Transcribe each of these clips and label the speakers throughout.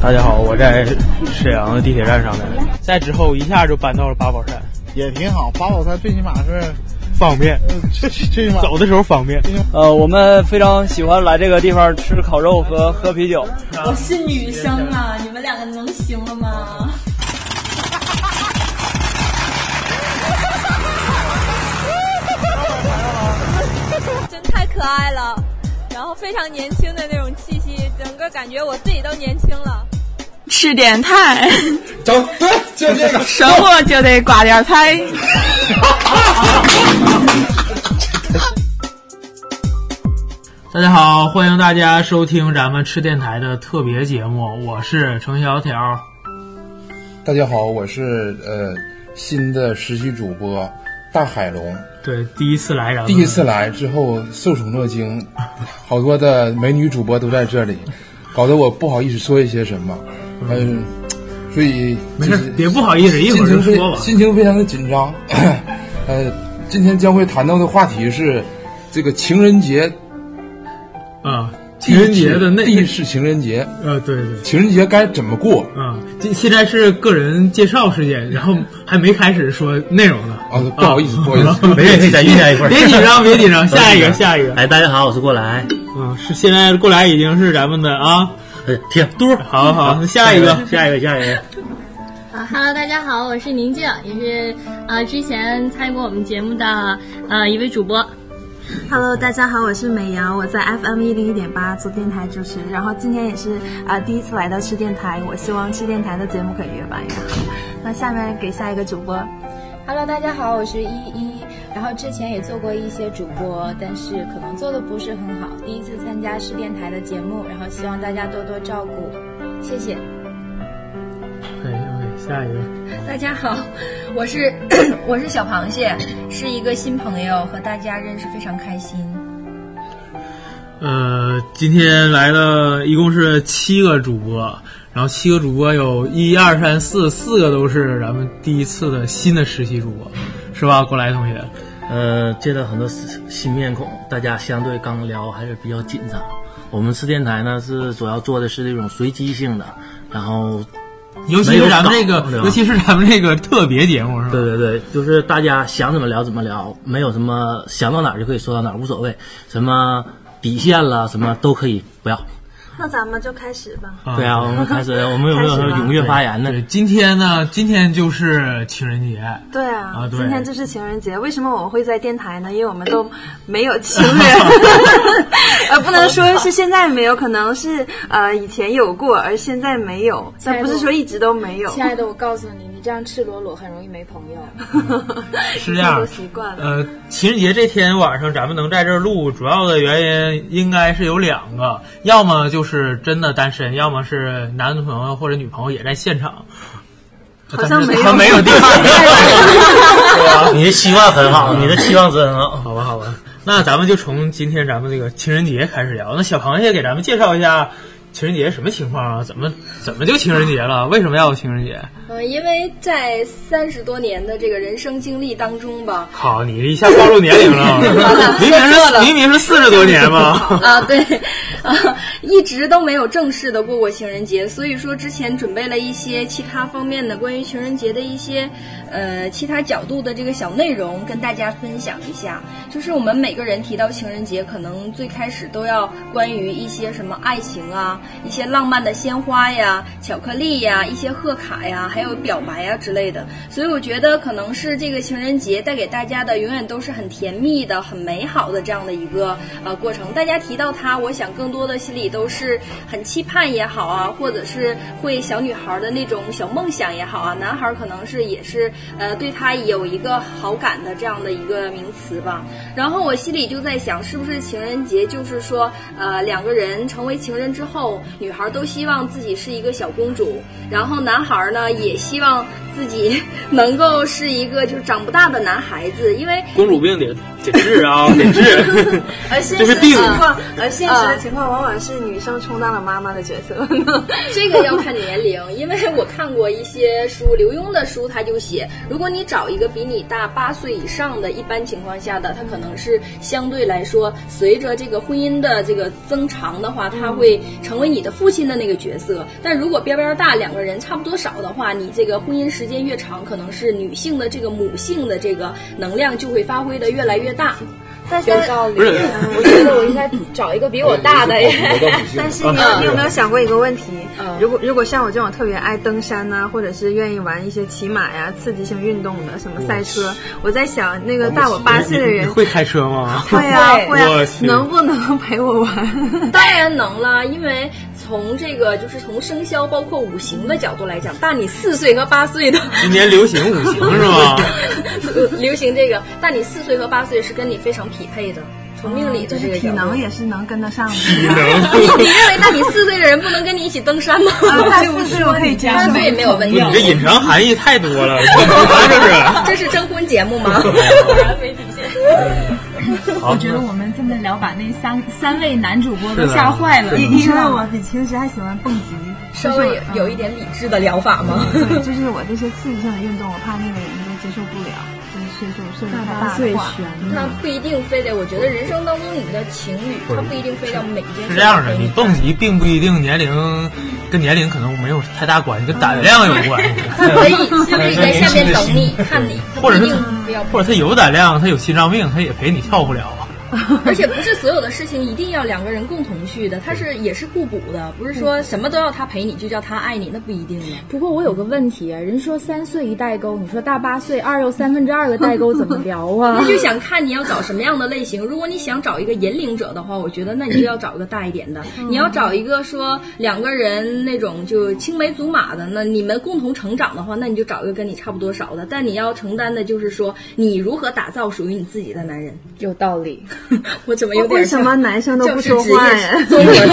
Speaker 1: 大家好，我在沈阳的地铁站上 面，再之后一下就搬到了八宝山，
Speaker 2: 也挺好。八宝山最起码是
Speaker 1: 方便，
Speaker 2: 最最起码
Speaker 1: 嗯走的时候方便。
Speaker 3: 呃，我们非常喜欢来这个地方吃烤肉和喝啤酒。
Speaker 4: 我是女生啊，你们两个能行了吗？
Speaker 5: 真太可爱了，然后非常年轻的那种气息，整个感觉我自己都年轻了。
Speaker 6: 吃点菜，
Speaker 7: 走，对，就这个。
Speaker 6: 生活就得挂点菜。
Speaker 1: 大家好，欢迎大家收听咱们吃电台的特别节目，我是程小条。
Speaker 7: 大家好，我是呃新的实习主播大海龙，
Speaker 1: 对，第一次来咱们，
Speaker 7: 第一次来之后受宠若惊，好多的美女主播都在这里，搞得我不好意思说一些什么，嗯，所以
Speaker 1: 没事，别不好意思，一会
Speaker 7: 心
Speaker 1: 儿就
Speaker 7: 情
Speaker 1: 说吧
Speaker 7: 非。心情非常的紧张。 呃，今天将会谈到的话题是这个情人节，
Speaker 1: 啊，情人节的那
Speaker 7: 地是情人节，
Speaker 1: 呃，对对，
Speaker 7: 情人节该怎么过
Speaker 1: 啊，这现在是个人介绍时间，然后还没开始说内容呢。
Speaker 7: 啊？不好意思，不好意 思，
Speaker 8: 没事，可以再酝酿一会儿。
Speaker 1: 别紧张，别紧张，下一个，下一个。
Speaker 8: 哎，大家好，我是过来。
Speaker 1: 啊，是现在过来已经是咱们的啊，
Speaker 8: 哎停，嘟。
Speaker 1: 好好那下一个
Speaker 8: 下一个，下一个。
Speaker 5: 啊哈喽，大家好，我是宁静，也是啊、之前参与过我们节目的呃一位主播。
Speaker 6: Hello，大家好，我是美瑶，我在 FM 一零一点八做电台主持，然后今天也是啊、呃第一次来到吃电台，我希望吃电台的节目可以越办越好。那下面给下一个主播，
Speaker 9: Hello，大家好，我是依依。然后之前也做过一些主播，但是可能做的不是很好。第一次参加是电台的节目，然后希望大家多多照顾，谢谢。
Speaker 1: 可以可以，下一个。
Speaker 9: 大家好，我是 我是小螃蟹，是一个新朋友，和大家认识非常开心。
Speaker 1: 呃，今天来了一共是七个主播，然后七个主播有一二三四四个都是咱们第一次的新的实习主播，是吧？过来同学，
Speaker 8: 呃，见到很多新面孔，大家相对刚聊还是比较紧张。我们吃电台呢是主要做的是这种随机性的，然后
Speaker 1: 尤其是咱们这
Speaker 8: 没有
Speaker 1: 个，
Speaker 8: 稿
Speaker 1: 尤其是咱们这个特别节目是吧？
Speaker 8: 对对对，就是大家想怎么聊怎么聊，没有什么想到哪儿就可以说到哪儿，无所谓，什么底线了什么都可以不要。
Speaker 6: 那咱们就开始吧。
Speaker 8: 对啊，我们开始，我们有没有
Speaker 6: 开始吧
Speaker 8: 踊跃发言呢？
Speaker 1: 对，今天呢，今天就是情人节，
Speaker 6: 对啊，
Speaker 1: 啊对
Speaker 6: 今天就是情人节，为什么我们会在电台呢？因为我们都没有 情人，呃，不能说是现在没有，可能是呃以前有过，而现在没有，但不是说一直都没有，呃
Speaker 9: 亲爱的，我告诉你，你这样赤裸裸很容易没朋友。
Speaker 1: 是这样
Speaker 6: 都习惯了。
Speaker 1: 呃，情人节这天晚上咱们能在这儿录，主要的原因应该是有两个，要么就是真的单身，要么是男朋友或者女朋友也在现场。
Speaker 6: 好像没有
Speaker 1: 他没有地方。
Speaker 8: 你的期望很好，你的期望值很好。
Speaker 1: 好吧，好吧，那咱们就从今天咱们这个情人节开始聊。那小螃蟹给咱们介绍一下情人节什么情况啊？怎么怎么就情人节了？为什么要有情人节？
Speaker 5: 嗯，因为在三十多年的这个人生经历当中吧，
Speaker 1: 靠，你一下暴露年龄 了，明明是明明是四十多年 嘛。
Speaker 5: 啊，对，啊，一直都没有正式的过过情人节，所以说之前准备了一些其他方面的关于情人节的一些呃其他角度的这个小内容跟大家分享一下。就是我们每个人提到情人节，可能最开始都要关于一些什么爱情啊、一些浪漫的鲜花呀、巧克力呀、一些贺卡呀，还有表白呀之类的。所以我觉得可能是这个情人节带给大家的，永远都是很甜蜜的、很美好的这样的一个呃过程。大家提到它，我想更多的心里都是很期盼也好啊，或者是会小女孩的那种小梦想也好啊，男孩可能是也是呃对他有一个好感的这样的一个名词吧。然后我心里就在想，是不是情人节就是说，呃，两个人成为情人之后，女孩都希望自己是一个小公主，然后男孩呢也希望自己能够是一个就是长不大的男孩子，因为呃
Speaker 1: 公主病得得治啊，得治。
Speaker 6: 而现
Speaker 1: 这
Speaker 6: 实
Speaker 1: 是
Speaker 6: 的
Speaker 1: 病
Speaker 6: 情况，而现实的情况往往是女生充当了妈妈的角色。
Speaker 5: 这个要看年龄，因为我看过一些书，刘墉的书他就写，如果你找一个比你大八岁以上的，一般情况下的，他可能是相对来说，随着这个婚姻的这个增长的话，他会成为你的父亲的那个角色。但如果边边大两个人差不多少的话，你这个婚姻时间越长，可能是女性的这个母性的这个能量就会发挥的越来越大。
Speaker 6: 但是
Speaker 9: 有道理，我觉得我应该找一个比我大的耶。
Speaker 7: 我倒不信
Speaker 6: 但是你有你有没有想过一个问题？如果如果像我这种特别爱登山呐、或者是愿意玩一些骑马呀、刺激性运动的，什
Speaker 1: 哦
Speaker 6: 么赛车，我在想那个大我八岁的
Speaker 1: 你
Speaker 6: 人。
Speaker 1: 会开车吗？
Speaker 6: 会啊
Speaker 9: 会
Speaker 6: 会啊
Speaker 1: 我，去
Speaker 6: 能不能陪我玩？
Speaker 5: 当然能啦，因为从这个就是从生肖包括五行的角度来讲，大你四岁和八岁的
Speaker 1: 今年流行五行是吧？
Speaker 5: 流行这个，大你四岁和八岁是跟你非常匹配的，从命理的
Speaker 6: 就
Speaker 5: 这
Speaker 6: 是
Speaker 5: 个
Speaker 6: 体
Speaker 5: 角
Speaker 1: 哦
Speaker 5: 度。
Speaker 6: 能也是能跟得上的。
Speaker 5: 你认为大你四岁的人不能跟你一起 登山吗？
Speaker 6: 啊，大四岁我可以接
Speaker 5: 八
Speaker 6: 受。
Speaker 5: 岁没有问题
Speaker 1: 你。这隐藏含义太多了， 这是。
Speaker 5: 这是征婚节目 吗？
Speaker 1: 好
Speaker 10: 我觉得我们真的聊把那三三位男主播都
Speaker 1: 是的
Speaker 10: 吓坏了。
Speaker 6: 因因为我比平时还喜欢蹦极，
Speaker 5: 稍微有一点理智的疗法吗？
Speaker 6: 对，就是我这些刺激性的运动，我怕那个人就接受不了，就是岁数岁数太大的话。
Speaker 1: 嗯
Speaker 5: 那不一定非得，我觉得人生当中你的情侣，他不一定非要每一件事
Speaker 1: 是这样的，
Speaker 5: 都
Speaker 1: 你
Speaker 5: 陪
Speaker 1: 蹦极并不一定年龄跟年龄可能没有太大关系，跟胆量有关 系，
Speaker 5: 可以，他可以在下面等你，看你，他不
Speaker 1: 或者
Speaker 5: 一
Speaker 1: 是
Speaker 5: 定非要
Speaker 1: 或者他有胆量，他有心脏病，他也陪你跳不 了。
Speaker 5: 而且不是所有的事情一定要两个人共同去的，它是也是互补的，不是说什么都要他陪你就叫他爱你，那不一定的。
Speaker 10: 不过我有个问题啊，人说三岁一代沟，你说大八岁二又三分之二个代沟怎么聊啊
Speaker 5: 那？就想看你要找什么样的类型。如果你想找一个引领者的话，我觉得那你就要找一个大一点的。你要找一个说两个人那种就青梅竹马的，那你们共同成长的话，那你就找一个跟你差不多少的。但你要承担的就是说你如何打造属于你自己的男人。
Speaker 10: 有道理，
Speaker 5: 我怎么有点
Speaker 6: 为什么男生都
Speaker 5: 像
Speaker 6: 不
Speaker 5: 是
Speaker 6: 说
Speaker 5: 职业
Speaker 6: 话呀？
Speaker 5: 综合的？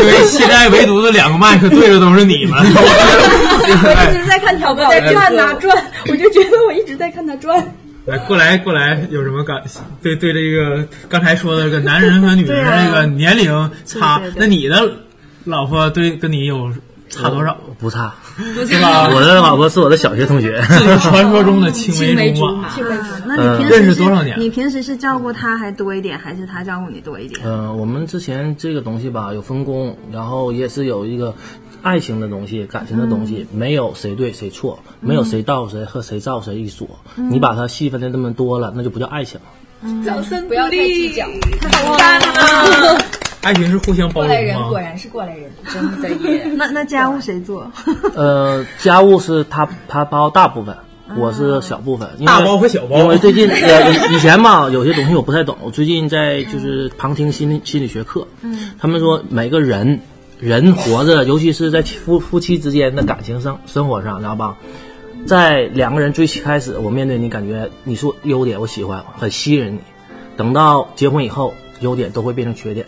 Speaker 1: 因为现在唯独的两个麦克对着都是你们，
Speaker 5: 我一
Speaker 7: 哎
Speaker 5: 直在看淘宝，在转呐、转， 我就觉得我一直在看他转。
Speaker 1: 来过来过来，有什么感？对对，这个刚才说的这个男人和女人这个年龄差，那你的老婆对跟你有差多少？
Speaker 8: 不差，
Speaker 1: 是吧？
Speaker 8: 我的老婆是我的小学同学，
Speaker 1: 这就是传说中的青梅竹马。
Speaker 6: 啊那你平时
Speaker 1: 嗯认识
Speaker 6: 是
Speaker 1: 多少年
Speaker 6: 你平时是照顾他还多一点，还是他照顾你多一点？
Speaker 8: 呃，我们之前这个东西吧有分工，然后也是有一个爱情的东西、感情的东
Speaker 1: 嗯
Speaker 8: 西，没有谁对谁错，没有谁到谁和谁照谁一说。
Speaker 1: 嗯
Speaker 8: 你把它细分的那么多了，那就不叫爱情 了。
Speaker 5: 掌声不要太计较，
Speaker 1: 爱情是互相包
Speaker 5: 过来人
Speaker 1: 容
Speaker 5: 果
Speaker 1: 吗？
Speaker 5: 然是过来人，真的耶！
Speaker 6: 那那家务谁做？
Speaker 8: 呃，家务是他他包大部分。我是小部分，因为
Speaker 1: 啊大包和小包
Speaker 8: 因为 最近呃以以前吧，有些东西我不太懂。我最近在
Speaker 1: 嗯
Speaker 8: 就是旁听心理心理学课，他们说每个人人活着，尤其是在夫夫妻之间的感情生生活上，知道吧？在两个人最开始，我面对你，感觉你是优点，我喜欢，很吸引你。等到结婚以后，优点都会变成缺点，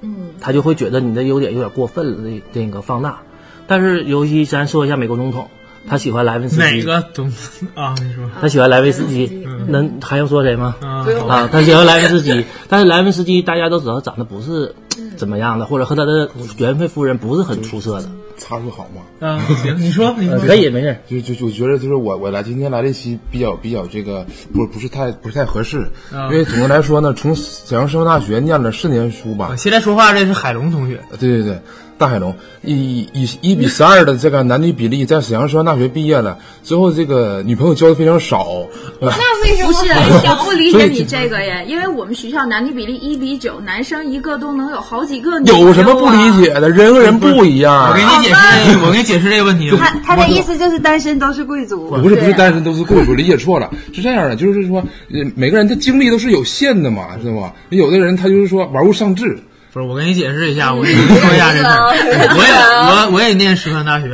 Speaker 8: 嗯，他就会觉得你的优点有点过分了，那那个放大。但是，尤其咱说一下美国总统，他喜欢莱文斯基，
Speaker 1: 哪个总啊？你说
Speaker 8: 他喜欢莱文斯基，能还用说谁吗？
Speaker 1: 啊？
Speaker 8: 啊，他喜欢莱文 斯基，但是莱文斯基大家都知道长得不是怎么样的，或者和他的原配夫人不是很出色的，
Speaker 7: 插入好吗？
Speaker 1: 啊，行，你说，你说，
Speaker 8: 可以没事。
Speaker 7: 就就就觉得就是我我来今天来这期比较比较这个不不是太不是太合适，因为总的来说呢，从沈阳师范大学念了四年书吧
Speaker 1: 啊，现在说话这是海龙同学，
Speaker 7: 对对对，大海龙以以一比十二的这个男女比例，在沈阳师范大学毕业了之后，这个女朋友交的非常少，呃
Speaker 10: 那为什么我不理
Speaker 7: 所
Speaker 10: 解
Speaker 7: 以
Speaker 10: 你这个呀？因为我们学校男女比例一比九，男生一个都能有好几个女、
Speaker 7: 有什么
Speaker 5: 啊
Speaker 7: 不理？解的？人和人不一
Speaker 1: 我
Speaker 7: 样啊
Speaker 1: 给。你解释，我给你解释这个问题。
Speaker 6: 他他的意思就是单身都是贵族。
Speaker 7: 不是
Speaker 5: 啊
Speaker 7: 不是单身都是贵族，理解错了，是这样的，就是说，呃每个人的精力都是有限的嘛，知道吗？有的人他就是说玩物丧志，
Speaker 1: 不是，我跟你解释一
Speaker 5: 嗯
Speaker 7: 嗯
Speaker 1: 下，我跟你说一下这事儿。我也我我也念师范大学，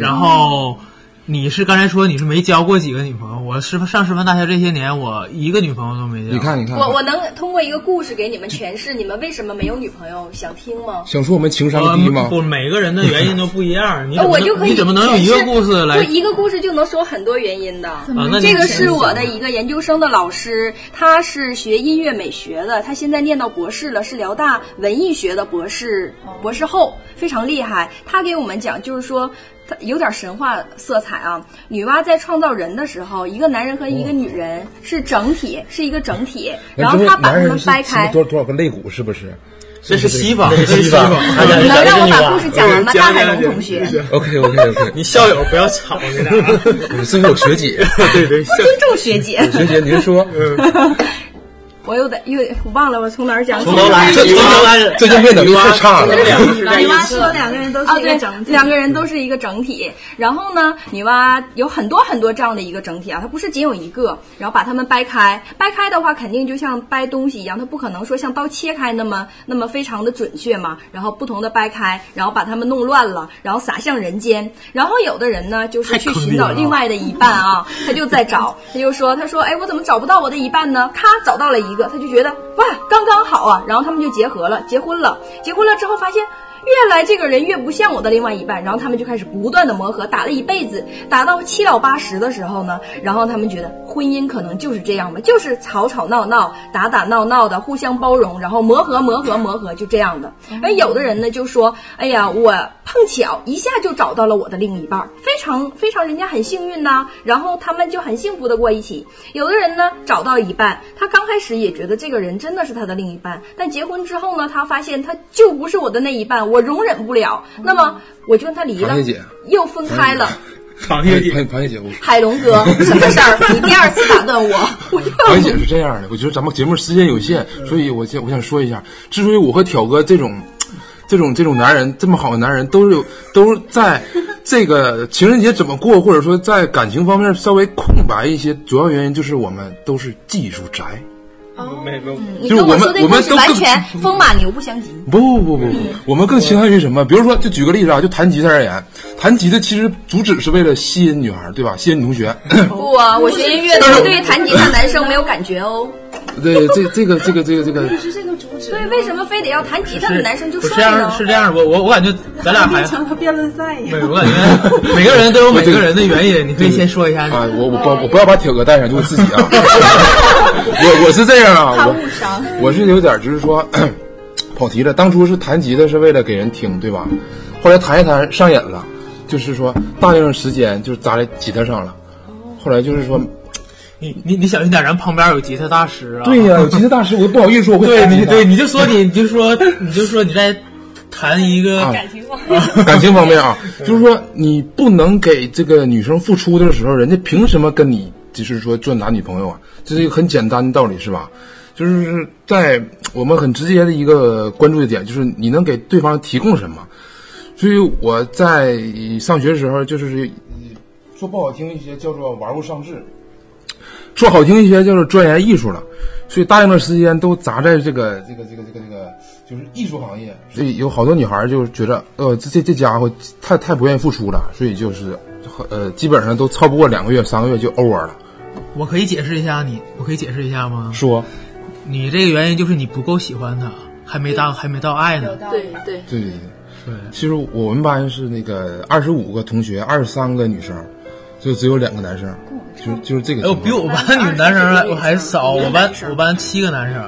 Speaker 1: 然后你是刚才说你是没交过几个女朋友？我师上师范大学这些年，我一个女朋友都没交。
Speaker 7: 你看，你啊看，
Speaker 5: 我我能通过一个故事给你们诠释你们为什么没有女朋友，想听吗？
Speaker 7: 想说我们情
Speaker 1: 呃
Speaker 7: 商低吗？
Speaker 1: 不，每个人的原因都不一样。你怎
Speaker 5: 呃，
Speaker 1: 么
Speaker 5: 我
Speaker 1: 能
Speaker 5: 就可以
Speaker 1: 你怎么能用一个
Speaker 5: 解释
Speaker 1: 故事来
Speaker 5: 不一个故事就能说很多原因的？
Speaker 1: 啊？那你
Speaker 5: 这个是我的一个研究生的老师，他是学音乐美学的，他现在念到博士了，是辽大文艺学的博士，博士后非常厉害。他给我们讲，就是说。他有点神话色彩啊！女娲在创造人的时候，一个男人和一个女人是整体，是一个整体。然后
Speaker 7: 那中
Speaker 5: 他
Speaker 7: 国
Speaker 5: 把他
Speaker 7: 男人
Speaker 5: 们
Speaker 7: 是
Speaker 5: 掰
Speaker 7: 哎是不是
Speaker 5: 开，
Speaker 7: 多多少个肋骨是不是
Speaker 1: 这是西方，
Speaker 8: 这
Speaker 1: 这
Speaker 8: 是
Speaker 1: 是
Speaker 8: 西
Speaker 1: 西
Speaker 8: 方
Speaker 1: 方。
Speaker 8: 哎呀
Speaker 5: 能让我
Speaker 8: 讲一个女
Speaker 5: 把故
Speaker 8: 娲
Speaker 5: 事讲 完吗？
Speaker 1: 讲
Speaker 5: 大
Speaker 1: 讲
Speaker 5: 海龙
Speaker 1: 讲
Speaker 5: 同学，
Speaker 7: ？OK OK OK，
Speaker 1: 你校友不要吵，你 俩
Speaker 7: 这是我学姐，
Speaker 1: 对对，校
Speaker 5: 尊重学姐。
Speaker 7: 学姐您说，
Speaker 5: 我又得又我忘了我从哪儿讲起。
Speaker 8: 从头来，
Speaker 7: 这
Speaker 8: 从头来，
Speaker 7: 这就变能力太差了。
Speaker 6: 女娲说两个人都
Speaker 5: 啊，
Speaker 6: 是一
Speaker 5: 对
Speaker 6: 个整，体，
Speaker 5: 两个人都是一个整体。然后呢，女娲有很多很多这样的一个整体啊，它不是仅有一个。然后把它们掰开，掰开的话，肯定就像掰东西一样，它不可能说像刀切开那么那么非常的准确嘛。然后不同的掰开，然后把它们弄乱了，然后撒向人间。然后有的人呢，就是去寻找另外的一半啊，他就在找，他就说，他说，哎，我怎么找不到我的一半呢？咔，找到了一个，他就觉得哇，刚刚好啊。然后他们就结合了，结婚了。结婚了之后发现。越来这个人越不像我的另外一半，然后他们就开始不断的磨合，打了一辈子，打到七老八十的时候呢，然后他们觉得婚姻可能就是这样吧，就是吵吵闹闹、打打闹闹的，互相包容，然后磨合、磨合、磨合，就这样的。而有的人呢就说，哎呀，我碰巧一下就找到了我的另一半，非常非常人家很幸运呐、然后他们就很幸福的过一起。有的人呢找到一半，他刚开始也觉得这个人真的是他的另一半，但结婚之后呢，他发现他就不是我的那一半，我容忍不了，那么我就跟他离了
Speaker 7: 螃蟹姐，嗯
Speaker 5: 又分开了。
Speaker 1: 螃蟹
Speaker 7: 螃
Speaker 1: 姐
Speaker 7: 螃螃蟹姐，我
Speaker 5: 海龙 哥，什么事儿？你第二次打断我，我就
Speaker 7: 王姐是这样的，我觉得咱们节目时间有限，所以我想我想说一下，之所以我和挑哥这种。这种这种男人，这么好的男人，都是有都是在这个情人节怎么过，或者说在感情方面稍微空白一些，主要原因就是我们都是技术宅。
Speaker 5: 哦
Speaker 1: 没没
Speaker 5: 你
Speaker 7: 就是我
Speaker 5: 跟
Speaker 7: 们
Speaker 5: 说这
Speaker 7: 我
Speaker 5: 故
Speaker 7: 们
Speaker 5: 事
Speaker 7: 都
Speaker 5: 完
Speaker 7: 更
Speaker 5: 全风马牛不相及。
Speaker 7: 不不不不不，我们更倾向于什么？比如说，就举个例子啊，就弹吉他而言，弹吉他其实主旨是为了吸引女孩，对吧？吸引女同学。
Speaker 5: 不啊，我学音乐
Speaker 7: 但是
Speaker 5: 的
Speaker 7: 我
Speaker 5: 对弹吉他男生没有感觉哦。
Speaker 7: 对，这这个这个这个这个，
Speaker 6: 是这个主旨。
Speaker 5: 对，为什么非得要弹吉他的男生就是帅
Speaker 1: 这样
Speaker 5: 呢？
Speaker 1: 是这样，我我我感觉咱俩还
Speaker 6: 变成了辩论赛一样。
Speaker 1: 对，我感觉每个人都有每个人的原因，你可以先说一下你。
Speaker 7: 啊，我我不我不要把铁哥带上，就我自己啊。我我是这样啊，我我是有点就是说跑题了。当初是弹吉他是为了给人听，对吧？后来弹一弹上瘾了，就是说大量的时间就是砸在吉他上了。后来就是说，
Speaker 1: 你你你小心点，咱旁边有吉他大师啊。
Speaker 7: 对呀、有吉他大师，我不好意思说，我会
Speaker 1: 对
Speaker 7: 弹吉
Speaker 1: 你
Speaker 7: 他
Speaker 1: 对你就说你你就说你就说你在谈一个
Speaker 7: 啊 感情方面啊，就是说你不能给这个女生付出的时候，人家凭什么跟你就是说做男女朋友啊？这是一个很简单的道理，是吧？就是在我们很直接的一个关注的点，就是你能给对方提供什么。所以我在上学的时候，就是说不好听一些叫做玩物丧志，说好听一些就是钻研艺术了。所以大量的时间都砸在这个这个这个这个这个就是艺术行业，所以有好多女孩就觉得，呃，这这这家伙太太不愿意付出了，所以就是呃，基本上都超不过两个月、三个月就 over 了。
Speaker 1: 我可以解释一下你，我可以解释一下吗？
Speaker 7: 说，
Speaker 1: 你这个原因就是你不够喜欢他，还没到还没到爱呢。
Speaker 5: 对对，
Speaker 7: 对对对，其实我们班是那个二十五个同学，二十三个女生，就只有两个男生，就就是这个
Speaker 1: 哎，我
Speaker 7: 情况。
Speaker 1: 比我班女男生还我还少，我班我班七个男生，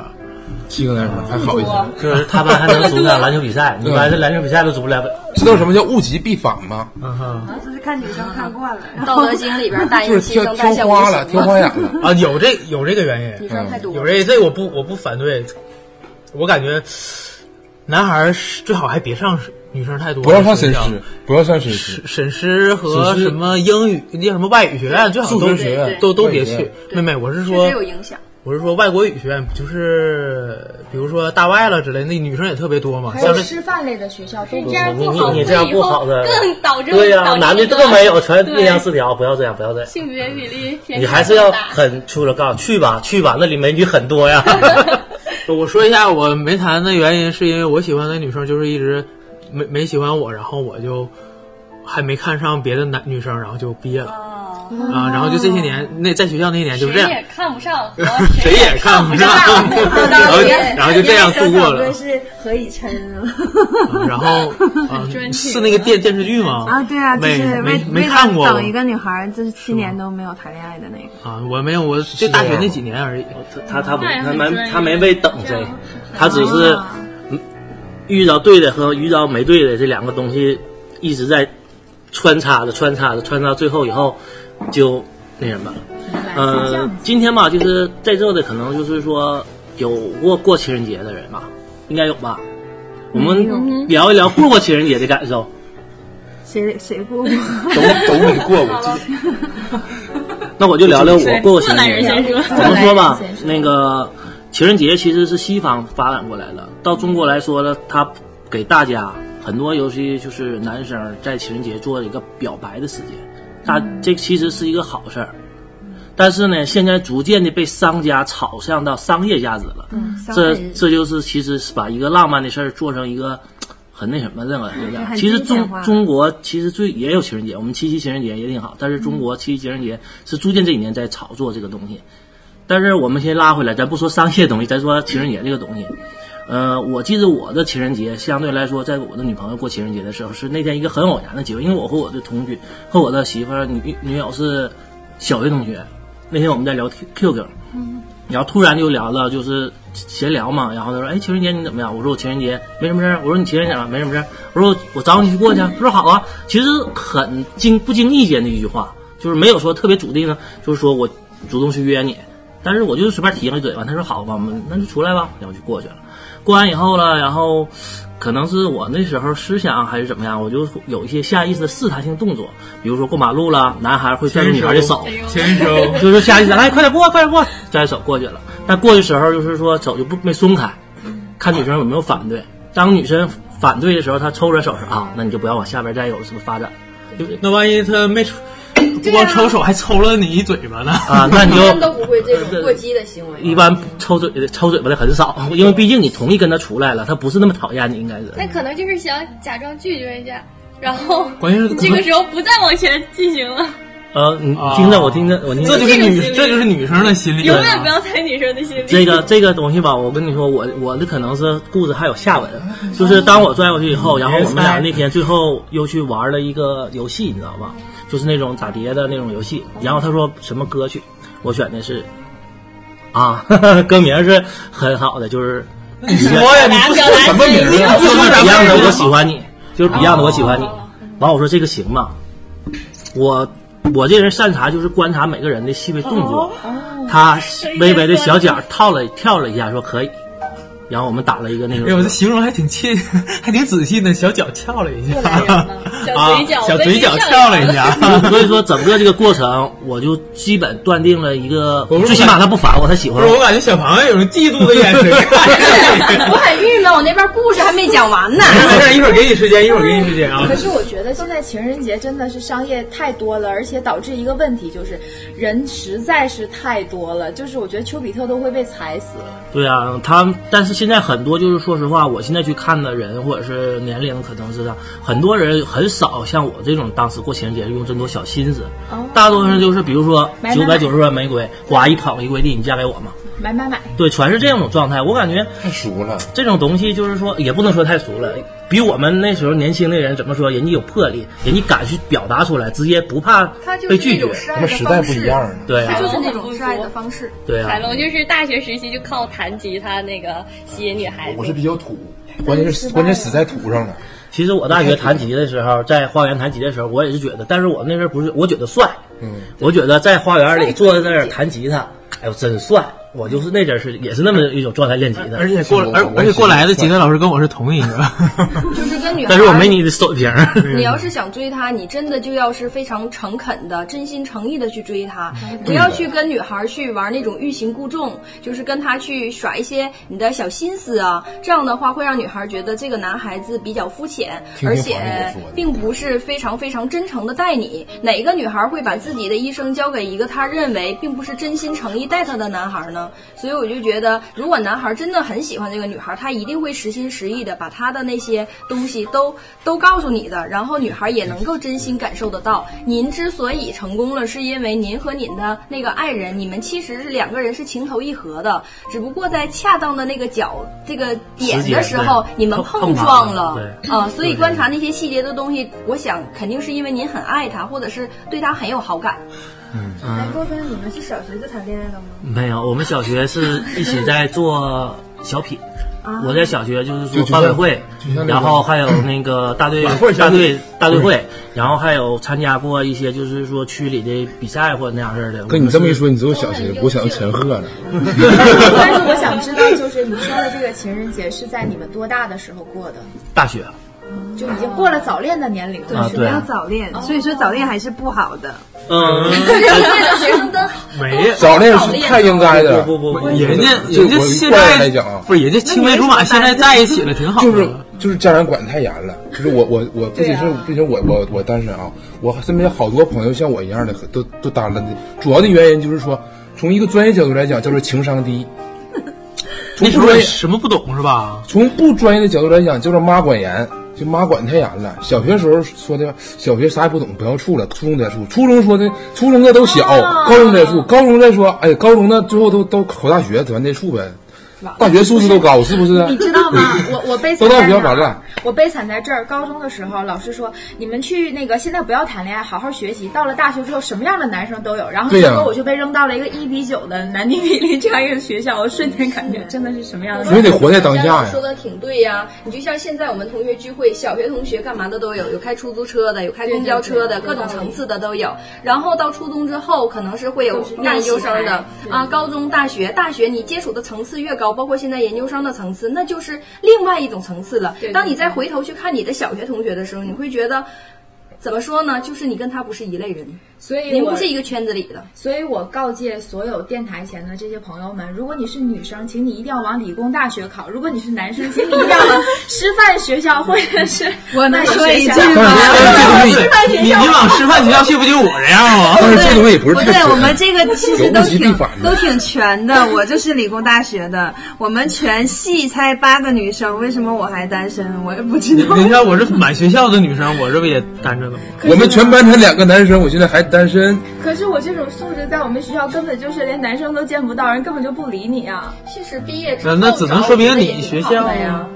Speaker 7: 七个男生还好一些。
Speaker 8: 就是他们还能组个篮球比赛，你们这篮球比赛都组不了。
Speaker 7: 知道什么叫物极必反吗？
Speaker 1: 嗯哼，
Speaker 6: 就是看女生看惯
Speaker 8: 嗯
Speaker 6: 了，
Speaker 5: 《道德经》里边大
Speaker 7: 就
Speaker 5: 音
Speaker 7: 是
Speaker 5: 牺
Speaker 7: 挑
Speaker 5: 牲，大
Speaker 7: 挑
Speaker 5: 象无
Speaker 7: 花
Speaker 5: 形
Speaker 7: 了，
Speaker 5: 嘛
Speaker 7: 挑花眼 了。
Speaker 1: 啊，有这有这个原
Speaker 5: 女
Speaker 1: 因，
Speaker 5: 生太多
Speaker 1: 有
Speaker 5: 了。
Speaker 1: 这这我不我不反对，我感觉男孩儿是最好还别上女生太多，
Speaker 7: 不要上沈师，不要上沈师。
Speaker 1: 沈沈师和
Speaker 7: 沈师
Speaker 1: 什么英语那叫什么外语学院最好
Speaker 7: 数
Speaker 1: 都
Speaker 7: 学学院
Speaker 1: 都都
Speaker 7: 外语
Speaker 1: 别
Speaker 7: 学
Speaker 1: 去
Speaker 7: 院。
Speaker 1: 妹妹，我是
Speaker 5: 确
Speaker 1: 说
Speaker 5: 实有影响，
Speaker 1: 我是说外国语学院，就是比如说大外了之类的，那女生也特别多嘛。
Speaker 10: 还
Speaker 1: 像
Speaker 10: 有
Speaker 1: 这
Speaker 10: 师范类的学校都
Speaker 4: 你
Speaker 10: 有
Speaker 4: 这样
Speaker 8: 你
Speaker 4: 不
Speaker 8: 你
Speaker 4: 好，
Speaker 8: 你这样不好的
Speaker 4: 以后更导致
Speaker 8: 对呀、
Speaker 4: 导致
Speaker 8: 男的
Speaker 4: 你
Speaker 8: 都没有，全
Speaker 4: 对
Speaker 8: 那样四条，不要这样，不要这样。
Speaker 4: 性别比例偏
Speaker 8: 你还是要
Speaker 4: 大
Speaker 8: 很粗的告诉去吧，去吧，那里美女很多 呀。
Speaker 1: 我说一下我没谈的原因，是因为我喜欢的女生就是一直没没喜欢我，然后我就还没看上别的男女生，然后就毕业了啊，然后就这些年那在学校那一年就这
Speaker 4: 谁
Speaker 1: 样，
Speaker 4: 也看不上和
Speaker 1: 谁也看不上，然后然后就这样度过了。
Speaker 6: 是何以琛啊？
Speaker 1: 啊然后， 啊，是那个电电视剧吗？
Speaker 6: 啊，对啊，就
Speaker 1: 没
Speaker 6: 是
Speaker 1: 没
Speaker 6: 为
Speaker 1: 没
Speaker 6: 为
Speaker 1: 看
Speaker 6: 了
Speaker 1: 过
Speaker 6: 等一个女孩，就是七年都没有谈恋爱的那个。
Speaker 1: 啊，我没有，我就大学那几年而已。
Speaker 8: 他他不他没他没为等谁，他只是嗯遇到对的和遇到没对的这两个东西一直在穿插着穿插着穿插，最后以后就那什么了。呃，今天吧，就是在座的可能就是说有过过情人节的人吧，应该有吧？我们聊一聊过过情人节的感受。
Speaker 6: 谁谁 不？
Speaker 7: 都都没过我记得
Speaker 8: 那我就聊聊我过过情人节。
Speaker 4: 说
Speaker 8: 怎么说吧，那个情人节其实是西方发展过来的，到中国来说呢，它给大家很多，尤其就是男生在情人节做一个表白的时间，它这其实是一个好事儿。但是呢，现在逐渐的被商家炒向到商业价值了，这这就是其实是把一个浪漫的事儿做成一个很那什么的了，有点儿。
Speaker 6: 很
Speaker 8: 其实
Speaker 6: 金钱
Speaker 8: 中
Speaker 6: 化
Speaker 8: 中国其实最也有情人节，我们七夕情人节也挺好，但是中国七夕情人节是逐渐这几年在炒作这个东西。但是我们先拉回来，咱不说商业东西，咱说情人节这个东西。呃，我记得我的情人节相对来说，在我的女朋友过情人节的时候，是那天一个很偶然的机会，因为我和我的同居和我的媳妇儿女女友是小学同学，那天我们在聊 Q- QQ，然后突然就聊到就是闲聊嘛，然后他说：“哎，情人节你怎么样？”我说：“我情人节没什么事儿。”我说：“你情人节怎么样没什么事儿。”我说：“我找你去过去。”他说：“好啊。”其实很经不经意间的一句话，就是没有说特别主定的，就是说我主动去约你，但是我就随便提上一嘴吧。他说：“好吧，我们那就出来吧。”然后就过去了。过完以后了，然后可能是我那时候思想还是怎么样，我就有一些下意识的试探性动作，比如说过马路了，男孩会攥住女孩的手，
Speaker 1: 牵手，
Speaker 8: 就是下意识，哎，快点过，快点过，摘手过去了。但过去时候就是说手就不没松开，看女生有没有反对。当女生反对的时候，她抽出来手说啊，那你就不要往下边再有什么发展
Speaker 1: 那万一他没抽，
Speaker 11: 啊
Speaker 1: 光抽手还抽了你一嘴巴呢？
Speaker 8: 啊，那你
Speaker 5: 一般
Speaker 8: 就
Speaker 5: 都不会这种过激的行为。
Speaker 8: 一般抽嘴的抽嘴巴的很少，因为毕竟你同意跟她出来了，她不是那么讨厌你，应该是。
Speaker 11: 那 可能就是想假装拒绝一下，然后
Speaker 1: 关键是
Speaker 11: 这个时候不再往前进行了，
Speaker 8: 呃，你
Speaker 1: 啊
Speaker 8: 听着，我听着，我听着
Speaker 1: 这就是女，这就是女生的心理。
Speaker 11: 永远不要猜女生的心理。
Speaker 8: 这个这个东西吧，我跟你说，我我的可能是故事还有下文，就是当我拽过去以后，然后我们俩那天最后又去玩了一个游戏，你知道吧？就是那种打碟的那种游戏。然后他说什么歌曲，我选的是啊， 歌名是很好的，就是
Speaker 1: 你说呀，你不说什么名啊字？不说什
Speaker 8: Beyond
Speaker 1: 么
Speaker 8: 的《
Speaker 1: 名
Speaker 8: 我
Speaker 1: 字
Speaker 8: 喜欢你》，就是 Beyond 的《我喜欢你》。完，我说这个行吗？我我这人擅长就是观察每个人的细微动
Speaker 1: 哦
Speaker 8: 作，他微微的小脚套了跳了一下，说可以。然后我们打了一个那
Speaker 1: 哎呦，这
Speaker 8: 个，
Speaker 1: 形容还挺切， 还挺仔细呢。小脚翘了一下，
Speaker 11: 小嘴角
Speaker 1: 啊小嘴角翘了一下。
Speaker 8: 所以说整个这个过程，我就基本断定了一个
Speaker 1: 我，
Speaker 8: 最起码他不烦我，他喜
Speaker 1: 不
Speaker 8: 欢
Speaker 1: 是，我
Speaker 8: 我。
Speaker 1: 感觉小朋友有种嫉妒的眼神看 着你。
Speaker 5: 我很郁闷，我那边故事还没讲完呢。
Speaker 1: 没事，一会儿给你时间，一会儿给你时间啊
Speaker 9: 可。是我觉得现在情人节真的是商业太多了，而且导致一个问题就是人实在是太多了，就是我觉得丘比特都会被踩死。
Speaker 8: 对啊，他但是现在很多就是说实话，我现在去看的人或者是年龄，可能是这样很多人很少像我这种当时过情人节用这么多小心思，大多数人就是比如说
Speaker 9: 哦买
Speaker 8: 九
Speaker 9: 买
Speaker 8: 百九十朵玫瑰，划一捧一跪地，你嫁给我嘛？
Speaker 9: 买买买！
Speaker 8: 对，全是这种状态。我感觉
Speaker 7: 太熟了，
Speaker 8: 这种东西就是说，也不能说太俗了，比我们那时候年轻的人怎么说，人家有魄力，人家敢去表达出来，直接不怕
Speaker 5: 他就
Speaker 8: 被
Speaker 5: 是
Speaker 8: 拒
Speaker 5: 那
Speaker 8: 绝
Speaker 5: 种。示
Speaker 7: 他们
Speaker 5: 爱的
Speaker 7: 时代
Speaker 5: 方
Speaker 7: 不
Speaker 5: 式，
Speaker 7: 一样啊。
Speaker 8: 对
Speaker 5: 他
Speaker 8: 啊，
Speaker 5: 就是那种示爱的方式。
Speaker 8: 对啊
Speaker 11: 海，龙就是大学时期就靠弹吉他那个吸引女孩子。
Speaker 7: 我是比较土，关键是关键死在土上了。
Speaker 8: 其实我大学弹吉的时候，在花园弹吉的时候，我也是觉得，但是我那时候不是，我觉得帅，
Speaker 7: 嗯，
Speaker 8: 我觉得在花园里坐在那儿弹吉他，哎呦真帅，我就是那阵儿是也是那么一种状态练吉他
Speaker 1: 而，且过来，而而且过来的吉他老师跟我是同一个。
Speaker 5: 就是跟女孩，
Speaker 8: 但是我 没。你的水平。
Speaker 5: 你要是想追她，你真的就要是非常诚恳的、真心诚意的去追她，不要去跟女孩去玩那种欲擒故纵，就是跟她去耍一些你的小心思啊。这样的话会让女孩觉得这个男孩子比较肤浅，
Speaker 7: 听
Speaker 5: 而
Speaker 7: 听
Speaker 5: 且
Speaker 7: 黄奕说的
Speaker 5: 并不是非常非常真诚的待你。哪个女孩会把自己的一生交给一个她认为并不是真心诚意待她的男孩呢？生，所以我就觉得，如果男孩真的很喜欢这个女孩，他一定会实心实意的把他的那些东西都都告诉你的，然后女孩也能够真心感受得到。您之所以成功了，是因为您和您的那个爱人，你们其实是两个人是情投意合的，只不过在恰当的那个角这个点的时候
Speaker 11: 时间，对
Speaker 5: 你们
Speaker 11: 碰
Speaker 5: 碰
Speaker 11: 碰
Speaker 5: 撞
Speaker 11: 撞了
Speaker 5: 了
Speaker 11: 对
Speaker 9: 哦
Speaker 5: 啊、所以观察那些细节的东西，我想肯定是因为您很爱他，或者是对他很有好感。
Speaker 8: 嗯，
Speaker 10: 郭芬，你们是小学就谈恋爱了吗？
Speaker 8: 没有，我们小学是一起在做小品。
Speaker 10: 啊
Speaker 8: 我在小学就是
Speaker 7: 就
Speaker 8: 说
Speaker 7: 就像
Speaker 8: 班委会
Speaker 7: 就像那，个
Speaker 8: 然后还有那个大队
Speaker 7: 晚会
Speaker 8: 大
Speaker 7: 小
Speaker 8: 队
Speaker 7: 品
Speaker 8: 大队会
Speaker 7: 对，
Speaker 8: 然后还有参加过一些就是说区里的比赛或者那样式儿的。
Speaker 7: 跟你这么一说，你知道小学，我想到陈赫了。
Speaker 9: 但是我想知道，就是你说的这个情人节是在你们多大的时候过的？
Speaker 8: 大学，
Speaker 9: 就已经过了早恋的年龄了。
Speaker 8: 啊
Speaker 9: 是
Speaker 8: 对
Speaker 9: 吧
Speaker 6: 要早恋，所以说早恋还是不好的。
Speaker 8: 嗯，
Speaker 5: 学生灯
Speaker 1: 没
Speaker 7: 哎早恋是太应该的，
Speaker 8: 不不不，
Speaker 1: 人家
Speaker 7: 就
Speaker 1: 人家
Speaker 7: 我
Speaker 1: 现
Speaker 7: 个人
Speaker 1: 在
Speaker 7: 来讲啊，
Speaker 1: 不是人家青梅竹马现在在一起了，挺好的。
Speaker 7: 就是就是家长管得太严了，就是我我我不仅是不仅我我我单身啊，我身边好多朋友像我一样的都都单了的，主要的原因就是说，从一个专业角度来讲叫做情商低，
Speaker 1: 那时候也什么不懂是吧？
Speaker 7: 从不专业的角度来讲叫做妈管严，就妈管太严了。小学时候说的小学啥也不懂，不要处了，初中再处，初中说的初中的都小，
Speaker 6: 啊
Speaker 7: 高中再处，高中再说，哎，高中的最后都都考大学，咱再处呗，大学素质都高，是不是？
Speaker 9: 你知道吗？我我悲
Speaker 7: 嗯都
Speaker 9: 惨
Speaker 7: 到
Speaker 9: 在
Speaker 7: 学校
Speaker 9: 哪
Speaker 7: 完
Speaker 9: 儿
Speaker 7: 了？。
Speaker 9: 我悲惨在这儿。高中的时候，老师说你们去那个现在不要谈恋爱，好好学习。到了大学之后，什么样的男生都有。然后
Speaker 7: 对
Speaker 9: 结
Speaker 7: 呀
Speaker 9: 果我就被扔到了一个一比九的男女比例这样一个学校，我瞬间感觉真的是什么样的
Speaker 7: 所以得活在当下呀
Speaker 5: 说的挺对呀、你就像现在我们同学聚会，小学同学干嘛的都有，有开出租车的，有开公交车的，
Speaker 9: 对对对
Speaker 5: 各种层次的都有。然后到初中之后，可能是会有
Speaker 9: 都是
Speaker 5: 研究生
Speaker 9: 大
Speaker 5: 的
Speaker 9: 学
Speaker 5: 啊，高中、大学，大学你接触的层次越高，包括现在研究生的层次，那就是另外一种层次了
Speaker 9: 对。对
Speaker 5: 当你再回头去看你的小学同学的时候，你会觉得。怎么说呢？就是你跟他不是一类人，
Speaker 9: 所以
Speaker 5: 您
Speaker 9: 我
Speaker 5: 不是一个圈子里的。
Speaker 9: 所以我告诫所有电台前的这些朋友们，如果你是女生，请你一定要往理工大学考；如果你是男生，请你一定要往师范学校或者是我
Speaker 6: 能说一句
Speaker 7: 但
Speaker 6: 吗
Speaker 7: 是但是这东西
Speaker 1: 你你往师范学校去不就我这样吗？
Speaker 7: 但是这东西也不是
Speaker 6: 不
Speaker 7: 太
Speaker 6: 对，
Speaker 7: 准
Speaker 6: 我们这个其实
Speaker 7: 有
Speaker 6: 都
Speaker 7: 物极必
Speaker 6: 挺
Speaker 7: 反的
Speaker 6: 都挺全的。我就是理工大学的，我们全系才八个女生，为什么我还单身？我也不知道。
Speaker 1: 你看我这满学校的女生，我这不也单着呢吗？
Speaker 7: 我们全班才两个男生，我现在还单 身。
Speaker 9: 可是我这种素质在我们学校根本就是连男生都见不到，人根本就不理你啊！
Speaker 5: 其实毕业
Speaker 1: 那那只能说明你学校啊呀。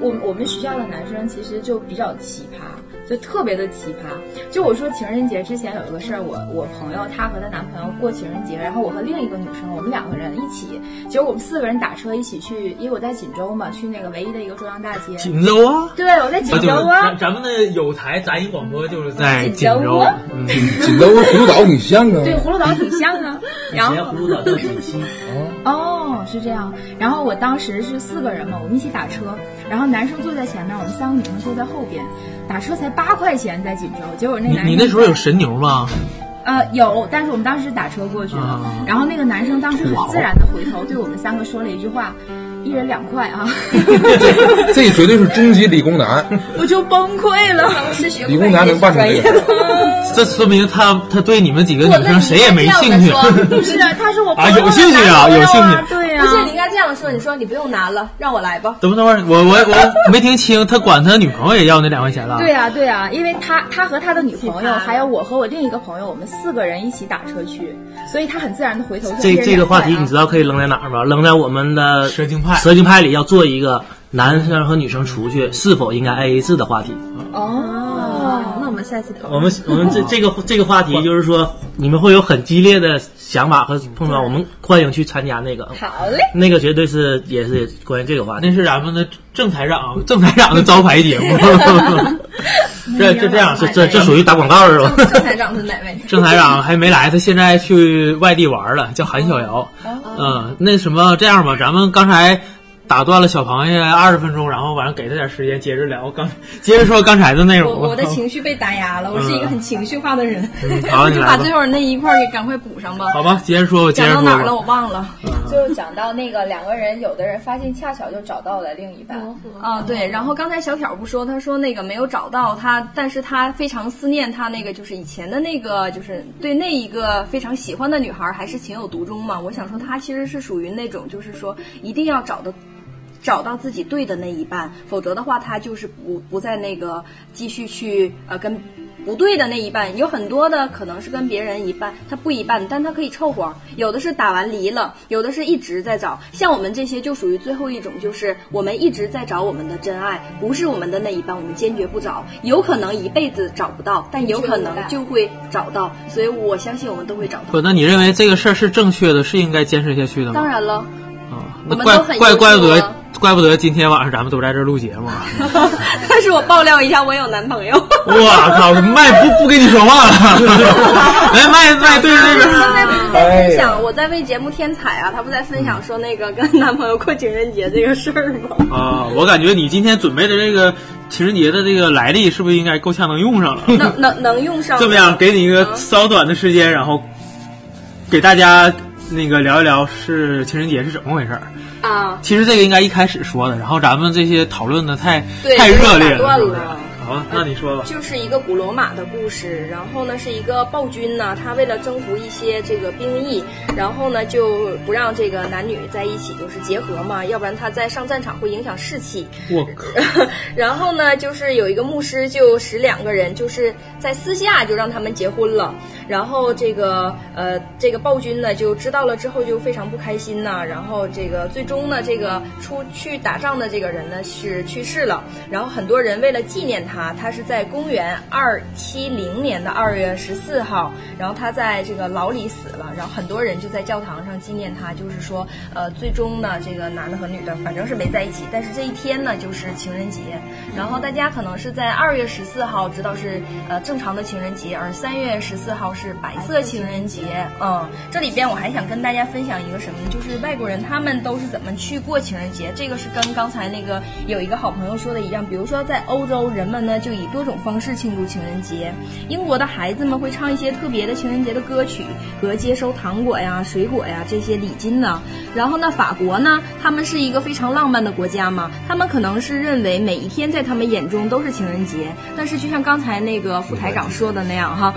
Speaker 9: 我我们学校的男生其实就比较奇葩，就特别的奇葩。就我说情人节之前有一个事儿，我我朋友她和她男朋友过情人节，然后我和另一个女生，我们两个人一起，结果我们四个人打车一起去，因为我在锦州嘛，去那个唯一的一个中央大街。
Speaker 1: 锦州啊，
Speaker 9: 对，我在锦
Speaker 1: 啊
Speaker 9: 州
Speaker 1: 就是
Speaker 9: 啊
Speaker 1: 咱。咱们的有台杂音广播就是在哎
Speaker 9: 锦
Speaker 1: 锦
Speaker 9: 州
Speaker 1: 州
Speaker 9: 啊，
Speaker 1: 嗯，
Speaker 7: 锦州和葫芦岛挺像啊，
Speaker 9: 对，葫芦岛挺像 啊。然
Speaker 8: 前
Speaker 9: 后
Speaker 8: 葫芦岛到九七，
Speaker 9: 哦，是这样。然后我当时是四个人嘛，我们一起打车，然后男生坐在前面，我们三个女生坐在后边。打车才八块钱，在锦州。结果那
Speaker 1: 你
Speaker 9: 男
Speaker 1: 你
Speaker 9: 生
Speaker 1: 那时候有神牛吗？
Speaker 9: 呃有，但是我们当时打车过去了。
Speaker 1: 啊
Speaker 9: 然后那个男生当时很自然的回头对我们三个说了一句话：“一人两块 啊！”
Speaker 7: 这绝对是终极理工男，
Speaker 9: 我就崩溃了。
Speaker 7: 理工男能办出来。
Speaker 1: 这说明他他对嗯你们几个女生谁也没兴趣。
Speaker 9: 不是，他是我朋
Speaker 1: 啊
Speaker 9: 友
Speaker 1: 有兴趣啊
Speaker 9: 的男朋友
Speaker 1: 有兴趣
Speaker 11: 啊
Speaker 9: 对呀、
Speaker 5: 不是，你应该这样说。你说你不用拿了，让我来吧。
Speaker 1: 等会儿等会儿，我我我没听清，他管他女朋友也要那两块钱
Speaker 11: 啊
Speaker 1: 了。
Speaker 9: 对呀、啊对呀、因为他他和他的女朋友，还有我和我另一个朋友，我们四个人一起打车去，所以他很自然的回头说
Speaker 8: 这这个话题你知
Speaker 9: 道？
Speaker 8: 道可以扔在哪儿吗？扔在我们的
Speaker 1: 蛇精派
Speaker 8: 蛇精派里要做一个男生和女生出去是否应该 AA 制的话题。
Speaker 9: 哦，
Speaker 6: 那我们下期讨论。
Speaker 8: 我 们我们
Speaker 5: 哦
Speaker 8: 这这个这个话题就是说，你们会有很激烈的想法和
Speaker 5: 嗯
Speaker 8: 碰撞，我们欢迎去参加那个。
Speaker 9: 好嘞，
Speaker 8: 那个绝对是也是关于这个话题。
Speaker 1: 那是咱们的郑台长，郑台长的招牌节 目。 这这这样
Speaker 8: 这这这属于打广告是吧？
Speaker 5: 郑台长是哪位？
Speaker 1: 郑台长还没来，他现在
Speaker 5: 哦
Speaker 1: 去外地玩了，叫韩逍遥。嗯，那什么，这样吧，咱们刚才打断了小螃蟹二十分钟，然后晚上给他点时间接着聊刚，接着说刚才的内容吧。
Speaker 5: 我的情绪被打压了，我是一个很情绪化的人，
Speaker 1: 嗯好
Speaker 5: 我
Speaker 1: 你
Speaker 5: 就
Speaker 1: 来
Speaker 5: 把
Speaker 1: 吧
Speaker 5: 最后那一块儿给赶快补上吧。
Speaker 1: 好吧，接着说吧，接嗯
Speaker 5: 讲
Speaker 1: 着说
Speaker 5: 到哪儿了？
Speaker 1: 吧。
Speaker 5: 我忘了。
Speaker 9: 就讲到那个两个人，有的人发现恰巧就找到了另一半，
Speaker 5: 啊，对，然后刚才小挑不说，他说那个没有找到他，但是他非常思念他那个就是以前的那个，就是对那一个非常喜欢的女孩，还是情有独钟嘛。我想说，他其实是属于那种，就是说一定要找的。找到自己对的那一半，否则的话，他就是不不再那个继续去呃跟不对的那一半。有很多的可能是跟别人一半，他不一半，但他可以凑合。有的是打完离了，有的是一直在找。像我们这些就属于最后一种，就是我们一直在找我们的真爱，不是我们的那一半，我们坚决不找。有可能一辈子找不到，但有可能就会找到。所以我相信我们都会找到。
Speaker 1: 不，那你认为这个事儿是正确的，是应该坚持下去的
Speaker 5: 当
Speaker 1: 吗？
Speaker 5: 然了，
Speaker 1: 那
Speaker 5: 我们
Speaker 1: 怪
Speaker 5: 都很
Speaker 1: 怪
Speaker 5: 优秀
Speaker 1: 怪不得
Speaker 5: 啊，
Speaker 1: 怪不得今天晚上咱们都在这儿录节目啊。
Speaker 5: 但是我爆料一下，我有男朋友。
Speaker 1: 我靠，麦不不跟你说话了， 来麦麦对着那
Speaker 5: 他刚才
Speaker 1: 个。
Speaker 5: 不是在
Speaker 1: 哎
Speaker 5: 分享，我在为节目添彩啊，他不在分享说那个跟男朋友过情人节这个事儿 吗？
Speaker 1: 啊，我感觉你今天准备的这个情人节的这个来历，是不是应该够呛能用上了？
Speaker 5: 能能能用上吗
Speaker 1: 这么样，给你一个稍短的时间，然后给大家那个聊一聊是情人节是怎么回事儿。
Speaker 5: 啊？
Speaker 1: 其实这个应该一开始说的，然后咱们这些讨论的太
Speaker 5: 对，
Speaker 1: 太热烈
Speaker 5: 被打
Speaker 1: 了，
Speaker 5: 断
Speaker 1: 是不是
Speaker 5: 了。
Speaker 1: 好，那你说吧。
Speaker 5: 就是一个古罗马的故事，然后呢是一个暴君呢，他为了征服一些这个兵役，然后呢就不让这个男女在一起就是结合嘛，要不然他在上战场会影响士气。
Speaker 1: 我靠，
Speaker 5: 然后呢，就是有一个牧师就使两个人就是在私下就让他们结婚了。然后这个呃，这个暴君呢就知道了之后就非常不开心呐、然后这个最终呢，这个出去打仗的这个人呢是去世了。然后很多人为了纪念他，他是在公元二七零年的二月十四号，然后他在这个牢里死了。然后很多人就在教堂上纪念他，就是说呃，最终呢这个男的和女的反正是没在一起，但是这一天呢就是情人节。然后大家可能是在二月十四号知道是呃正常的情人节，而三月十四号是白色情人节。嗯，这里边我还想跟大家分享一个什么呢？就是外国人他们都是怎么去过情人节，这个是跟刚才那个有一个好朋友说的一样。比如说在欧洲，人们呢就以多种方式庆祝情人节。英国的孩子们会唱一些特别的情人节的歌曲和接收糖果呀、水果呀这些礼金呢。然后呢，法国呢，他们是一个非常浪漫的国家嘛，他们可能是认为每一天在他们眼中都是情人节。但是就像刚才那个副台长说的那样哈，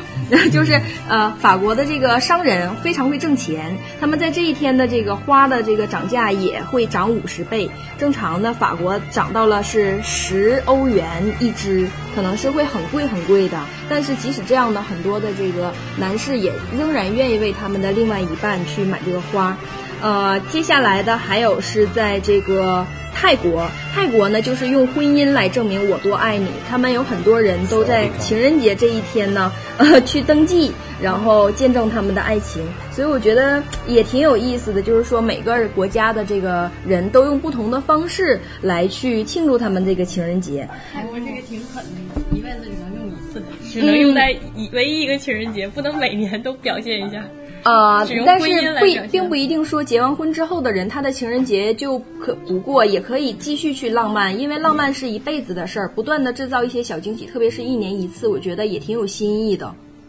Speaker 5: 就是呃，法国的这个商人非常会挣钱，他们在这一天的这个花的这个涨价也会涨五十倍。正常的法国涨到了是十欧元一支，可能是会很贵很贵的。但是即使这样呢，很多的这个男士也仍然愿意为他们的另外一半去买这个花。呃，接下来的还有是在这个泰国，泰国呢就是用婚姻来证明我多爱你。他们有很多人都在情人节这一天呢， 呃，去登记，然后见证他们的爱情。所以我觉得也挺有意思的，就是说每个国家的这个人都用不同的方式来去庆祝他们这个情人节。
Speaker 11: 泰国这个挺狠的，一辈子只能用一次，只能用在一唯一一个情人节，不能每年都表现一下。
Speaker 5: 呃
Speaker 11: 只用，
Speaker 5: 但
Speaker 11: 婚姻
Speaker 5: 是
Speaker 11: 来
Speaker 5: 不一
Speaker 11: 表现
Speaker 5: 并不一定说结完婚之后的人，他的情人节就可不过，也可以继续去浪漫，因为浪漫是一辈子的事儿，不断的制造一些小惊喜，特别是一年一次，我觉得也挺有新意的。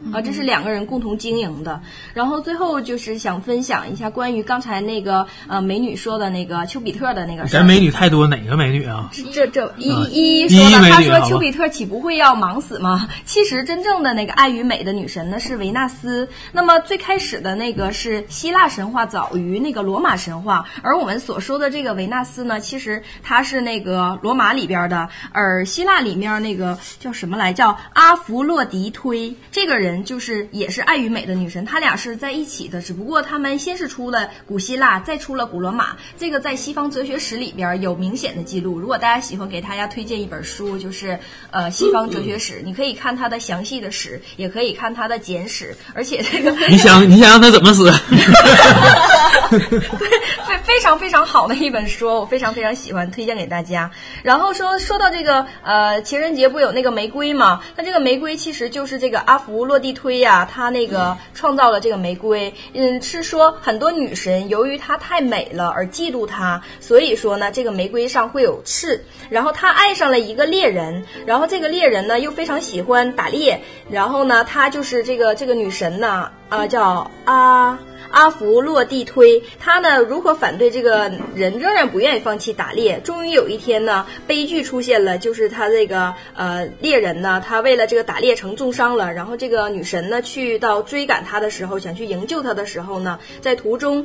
Speaker 11: 嗯
Speaker 5: 啊，这是两个人共同经营的。然后最后就是想分享一下关于刚才那个呃美女说的那个丘比特的那个事儿。
Speaker 1: 咱美女太多，哪个美女啊？
Speaker 5: 这这一
Speaker 1: 啊
Speaker 5: 一一
Speaker 1: 第一
Speaker 5: 说
Speaker 1: 美
Speaker 5: 了，他
Speaker 1: 女
Speaker 5: 说
Speaker 1: 好吧
Speaker 5: 丘比特岂不会要忙死吗？其实真正的那个爱与美的女神呢是维纳斯。那么最开始的那个是希腊神话早于那个罗马神话，而我们所说的这个维纳斯呢，其实她是那个罗马里边的，而希腊里面那个叫什么来叫阿弗洛狄忒，这个人就是也是爱与美的女神，她俩是在一起的，只不过他们先是出了古希腊，再出了古罗马，这个在西方哲学史里边有明显的记录。如果大家喜欢，给大家推荐一本书，就是呃西方哲学史，你可以看它的详细的史，也可以看它的简史，而且这个
Speaker 1: 你想你想让她怎么死？
Speaker 5: 非非常非常好的一本书，我非常非常喜欢，推荐给大家。然后说说到这个呃情人节不有那个玫瑰嘛？那这个玫瑰其实就是这个阿芙洛落地推呀、她那个创造了这个玫瑰。嗯，是说很多女神由于她太美了而嫉妒她，所以说呢，这个玫瑰上会有刺。然后她爱上了一个猎人，然后这个猎人呢又非常喜欢打猎，然后呢，她就是这个这个女神呢，啊、叫阿阿福落地推，她呢如何反对这个人，仍然不愿意放弃打猎。终于有一天呢，悲剧出现了，就是他这个呃猎人呢，他为了这个打猎成重伤了，然后这个女神呢去到追赶他的时候，想去营救他的时候呢，在途中。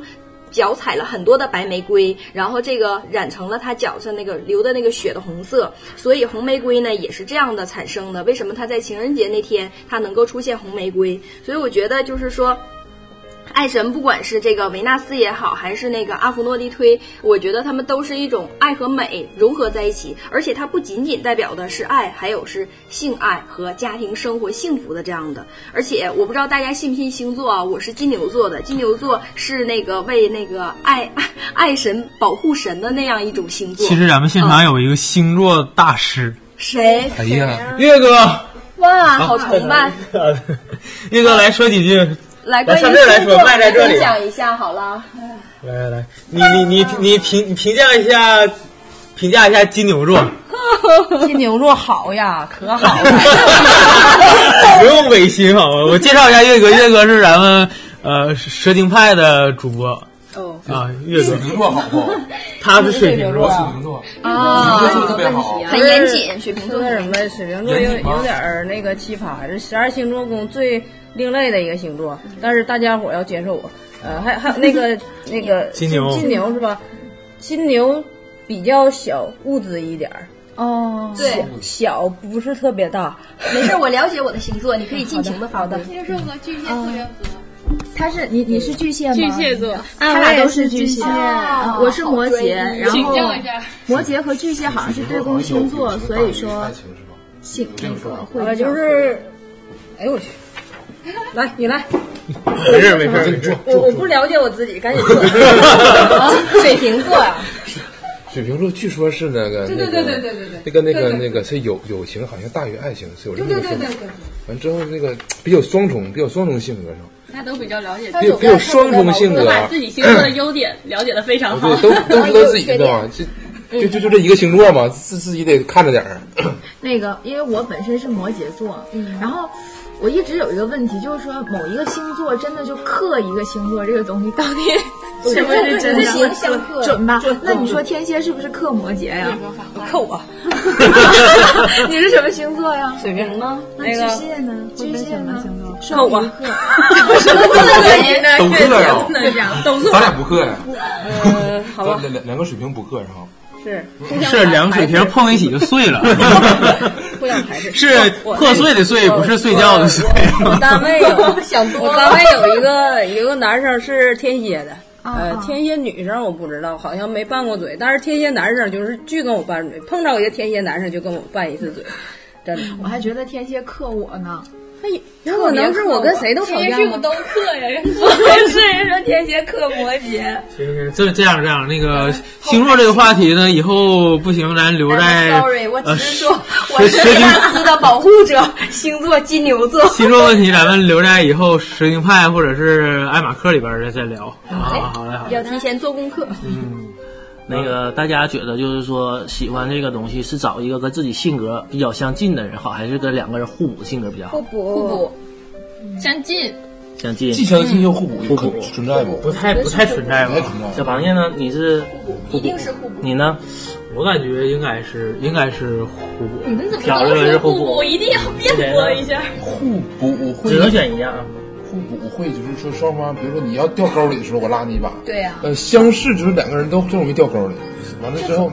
Speaker 5: 脚踩了很多的白玫瑰，然后这个染成了他脚上那个流的那个血的红色，所以红玫瑰呢也是这样的产生的。为什么它在情人节那天它能够出现红玫瑰？所以我觉得就是说，爱神不管是这个维纳斯也好，还是那个阿芙诺狄忒，我觉得他们都是一种爱和美融合在一起，而且它不仅仅代表的是爱，还有是性爱和家庭生活幸福的这样的。而且我不知道大家信不信星座啊，我是金牛座的，金牛座是那个为那个爱爱神保护神的那样一种星座。
Speaker 1: 其实咱们现场有一个星座大师，
Speaker 5: 谁？
Speaker 7: 哎呀，
Speaker 1: 岳 哥，
Speaker 5: 哇，好崇拜！
Speaker 1: 岳哥来说几句。
Speaker 5: 来，关于
Speaker 1: 上这儿来
Speaker 5: 星座
Speaker 1: 说麦在这里
Speaker 5: 分享一下好了。
Speaker 1: 来来来，你你你你评评价一下，评价一下金牛座，
Speaker 12: 金牛座好呀，可好了。
Speaker 1: 不用违心好吗？我介绍一下岳哥，岳哥是咱们呃蛇精派的主播
Speaker 12: 哦
Speaker 1: 啊，岳哥
Speaker 7: 水瓶座好不 好？
Speaker 1: 他是水瓶座，
Speaker 7: 我水瓶座，
Speaker 12: 啊
Speaker 7: 水瓶座特别好。
Speaker 5: 很严谨水瓶座
Speaker 12: 说什么？水瓶座有有点儿那个奇葩，这十二星座中最另类的一个星座，
Speaker 5: 嗯
Speaker 12: 但是大家伙儿要接受我。呃，还还有那 个那个
Speaker 1: 金牛
Speaker 12: 金牛是吧？金牛比较小物质一点儿，
Speaker 9: 哦，
Speaker 5: 对，
Speaker 12: 小不是特别大。
Speaker 5: 没事，我了解我的星 座，你可以尽情的发问。
Speaker 11: 天秤和巨蟹座缘合，
Speaker 9: 他是你你是巨蟹吗？
Speaker 11: 巨蟹座，哦
Speaker 9: 他俩都是巨蟹，
Speaker 5: 啊
Speaker 9: 我是摩羯，然
Speaker 11: 请
Speaker 9: 后
Speaker 11: 教一下，
Speaker 9: 摩羯和巨蟹好像是对宫星座，所以说
Speaker 7: 爱情是吧？
Speaker 9: 性那个会
Speaker 12: 我就是，哎呦我去，来你来，
Speaker 1: 没事没事没事。
Speaker 12: 我我不了解我自己，赶 紧说。水瓶座啊呀，
Speaker 7: 水瓶座据说是那个，对
Speaker 12: 对对对对对
Speaker 7: 那个那个那个是友友情好像大于爱情，是有这
Speaker 12: 对
Speaker 7: 么
Speaker 12: 对
Speaker 7: 个
Speaker 12: 对
Speaker 7: 说
Speaker 12: 对
Speaker 7: 法。
Speaker 12: 对。
Speaker 7: 完之后那个比较双重，比较双重性格上，
Speaker 11: 他都比较了解，
Speaker 7: 比较比较双重性
Speaker 11: 都
Speaker 7: 格，
Speaker 11: 把自己星座的优点了解的非常好。
Speaker 7: 对， 都都知道自己的嘛，就就就就这一个星座嘛，自自己得看着点儿。
Speaker 9: 那个，因为我本身是摩羯座，嗯，然后我一直有一个问题，就是说某一个星座真的就克一个星座这个东西到底 是不是真的？
Speaker 5: 行相克
Speaker 9: 准吧？那你说天蝎是不是克摩羯呀？
Speaker 12: 扣我
Speaker 9: 你是什么星座呀？
Speaker 12: 水瓶吗？
Speaker 9: 那
Speaker 12: 那
Speaker 9: 巨
Speaker 12: 个
Speaker 9: 蟹呢？巨蟹呢？
Speaker 12: 扣我，
Speaker 7: 都克呀，
Speaker 12: 都是
Speaker 7: 咱俩不克呀，
Speaker 12: 呃，好
Speaker 7: 咱
Speaker 12: 吧，
Speaker 7: 两两两个水平不克哈。
Speaker 12: 是
Speaker 1: 是两个水瓶碰在一起就碎了，
Speaker 12: 互相排斥，
Speaker 1: 是
Speaker 12: 我
Speaker 1: 破碎的碎，不是睡觉的睡。
Speaker 12: 我单位有想 多我单位有一个有一个男生是天蝎的。
Speaker 5: 哦
Speaker 12: 呃，天蝎女生我不知道，好像没拌过嘴，但是天蝎男生就是巨跟我拌嘴，碰到一个天蝎男生就跟我拌一次嘴，真的。
Speaker 9: 我还觉得天蝎克我呢。
Speaker 12: 有可能是我跟谁都吵
Speaker 11: 天
Speaker 12: 架
Speaker 11: 蝎
Speaker 12: 吗
Speaker 11: 不？都克呀？ 人家不是人家天蝎克摩羯，
Speaker 1: 这这样这样，那个星座这个话题呢，以后不行，咱留在
Speaker 5: Sorry，我只是说我
Speaker 1: 呃
Speaker 5: 是
Speaker 1: 蛇
Speaker 5: 维
Speaker 1: 精
Speaker 5: 纳斯的保护者，星座金牛座。
Speaker 1: 星座问题，咱们留在以后蛇精派或者是爱马克里边儿再再聊。啊，好嘞好嘞。
Speaker 5: 要提前做功课，
Speaker 8: 那个大家觉得就是说喜欢这个东西是找一个跟自己性格比较相近的人好，还是跟两个人互补性格比较好？
Speaker 11: 互补相近，
Speaker 8: 相近。
Speaker 7: 既相信又互补，
Speaker 8: 互补
Speaker 7: 可存在不？
Speaker 1: 不太不太存在吧
Speaker 7: 也？存在
Speaker 8: 小螃蟹呢？你是互
Speaker 5: 一定是互补。
Speaker 8: 你呢？
Speaker 1: 我感觉应该是应该是互补。
Speaker 11: 你们怎么
Speaker 8: 两
Speaker 11: 都
Speaker 8: 个人
Speaker 11: 是
Speaker 8: 是互
Speaker 11: 互
Speaker 8: 补
Speaker 11: 补？一定要辩驳一下。
Speaker 7: 互补会
Speaker 8: 只能选一样啊。
Speaker 7: 互补会，就是说双方，比如说你要掉沟里的时候，我拉你一把。
Speaker 9: 对呀
Speaker 7: 呃，相似就是两个人都容易掉沟里，完了之后，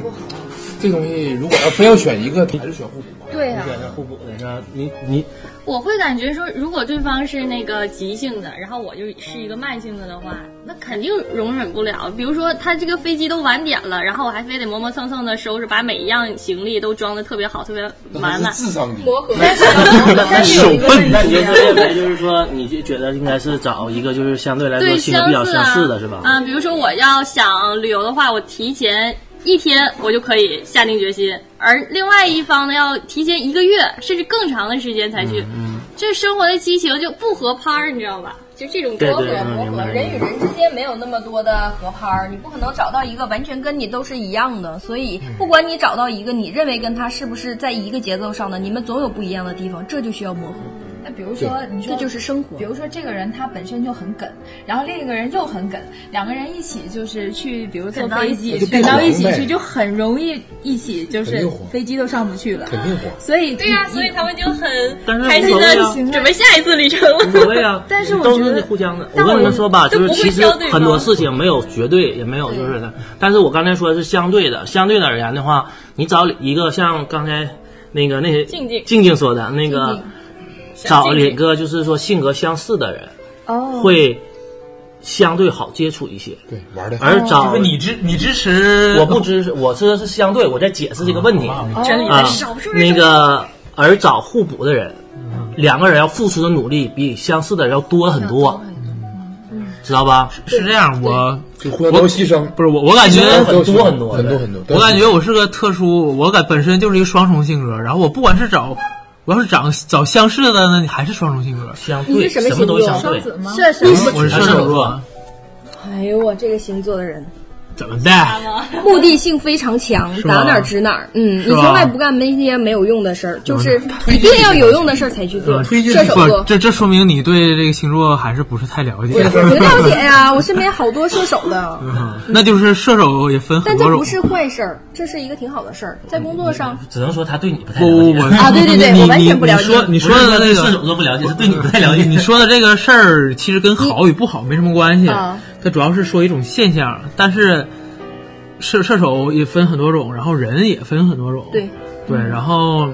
Speaker 7: 这东西如果要非要选一个，还是选互补吧。
Speaker 9: 对
Speaker 5: 啊
Speaker 8: 你
Speaker 9: 呀
Speaker 8: 选择互补的，那你你
Speaker 11: 我会感觉说，如果对方是那个急性子，然后我就是一个慢性子的话，那肯定容忍不了。比如说，他这个飞机都晚点了，然后我还非得磨磨蹭蹭的收拾，把每一样行李都装的特别好，特别
Speaker 7: 那
Speaker 11: 满
Speaker 7: 是
Speaker 11: 满。
Speaker 7: 智商低。
Speaker 8: 那手笨，那你
Speaker 11: 啊
Speaker 8: 就认为就是说，你就觉得应该是找一个就是相对来说
Speaker 11: 对
Speaker 8: 性格比较
Speaker 11: 相似啊
Speaker 8: 相似的是吧？
Speaker 11: 啊，比如说我要想旅游的话，我提前
Speaker 5: 一天我就可以下定决心，而另外一方呢要提前一个月甚至更长的时间才
Speaker 8: 嗯
Speaker 5: 去，这生活的激情就不合拍儿，你知道吧？就这种
Speaker 13: 对
Speaker 5: 磨合
Speaker 13: 对对
Speaker 5: 磨合，
Speaker 13: 嗯
Speaker 5: 人
Speaker 13: 人
Speaker 5: 与
Speaker 13: 与
Speaker 5: 人
Speaker 13: 人
Speaker 5: 之
Speaker 13: 之间没有那么多的合拍儿，你不可能找到一个完全跟你都是一样的。所以，不管你找到一个你认为跟他是不是在一个节奏上的，你们总有不一样的地方，这就需要磨合。
Speaker 9: 那比如说，你说
Speaker 13: 这就是生活。
Speaker 9: 比如说，这个人他本身就很梗，然后另一个人又很梗，两个人一起就是去，比如坐
Speaker 13: 梗到
Speaker 9: 飞
Speaker 13: 一
Speaker 9: 机
Speaker 13: 起，去
Speaker 9: 梗到一起
Speaker 13: 梗
Speaker 9: 去，
Speaker 13: 呗
Speaker 9: 就很容易一起就
Speaker 13: 肯
Speaker 9: 是
Speaker 13: 定火
Speaker 9: 飞机都上不去了。
Speaker 13: 肯定火
Speaker 9: 所以哦
Speaker 5: 对呀、所以他们就
Speaker 8: 但是
Speaker 5: 很开心
Speaker 8: 无
Speaker 5: 的
Speaker 8: 所谓
Speaker 5: 准备下一次旅程了。
Speaker 8: 无所谓啊，
Speaker 9: 但是我
Speaker 8: 都
Speaker 9: 觉
Speaker 8: 是
Speaker 9: 得
Speaker 8: 互相的。我
Speaker 9: 但
Speaker 8: 跟
Speaker 9: 我
Speaker 8: 你们说吧，
Speaker 9: 都
Speaker 8: 就
Speaker 9: 不
Speaker 8: 是
Speaker 9: 会
Speaker 8: 其实
Speaker 9: 挑对
Speaker 8: 很多
Speaker 9: 方
Speaker 8: 事情没有绝对，也没有就是的。但是我刚才说的是相对的，相对的而言的话，你找一个像刚才那个那些
Speaker 5: 静静
Speaker 8: 静静说的那个
Speaker 5: 静，
Speaker 8: 找一个就是说性格相似的人，
Speaker 9: 哦
Speaker 8: 会相对好接触一些。对，玩的而找
Speaker 1: 就是你支你支持，
Speaker 8: 我不支持，我说的是相对，我在解释这个问题。
Speaker 1: 哦真理
Speaker 8: 啊
Speaker 1: 的手是不是
Speaker 8: 那个而找互补的人，两个人要付出的努力比相似的人要多很多，知道吧？
Speaker 1: 是这样，我
Speaker 7: 我都牺牲，
Speaker 1: 不是我我感觉
Speaker 8: 很多很多
Speaker 7: 很多很多。
Speaker 1: 我感觉我是个特殊，我感本身就是一个双重性格，然后我不管是找。我要是找找相似的呢，你还是双重性格，
Speaker 8: 相
Speaker 13: 你是什么星座？射手。
Speaker 1: 我是射手座，
Speaker 13: 哎呦我这个星座的 人，
Speaker 1: 怎么的？
Speaker 6: 目的性非常强，
Speaker 1: 是吗
Speaker 6: 打哪儿指哪儿。嗯，
Speaker 1: 是
Speaker 6: 你
Speaker 1: 吧
Speaker 6: 从来不干那些没有用的事儿，就是 一定要有用的事儿才去
Speaker 13: 呃
Speaker 6: 做。射手
Speaker 1: 不，
Speaker 6: 座。
Speaker 1: 这这说明你对这个星座还是不是太了解？
Speaker 6: 我挺
Speaker 5: 哎
Speaker 6: 了解呀、我身边好多射手的，
Speaker 1: 嗯那就是射手也分
Speaker 6: 但
Speaker 1: 很
Speaker 6: 这
Speaker 1: 多种
Speaker 6: 不。是坏事儿，这是一个挺好的事儿，在工作上。
Speaker 8: 只能说他对你不太
Speaker 1: 不不不
Speaker 6: 啊对对对
Speaker 1: 你
Speaker 6: 我完全
Speaker 1: 你
Speaker 6: 不了
Speaker 1: 你
Speaker 6: 解
Speaker 1: 说你说的那个
Speaker 8: 对射手座不了解，是对你不太了解。
Speaker 1: 你说的这个事儿，其实跟好与不好没什么关系
Speaker 6: 嗯
Speaker 8: 啊，
Speaker 1: 它主要是说一种现象。但是射射手也分很多种，然后人也分很多种，
Speaker 6: 对嗯
Speaker 1: 对，然后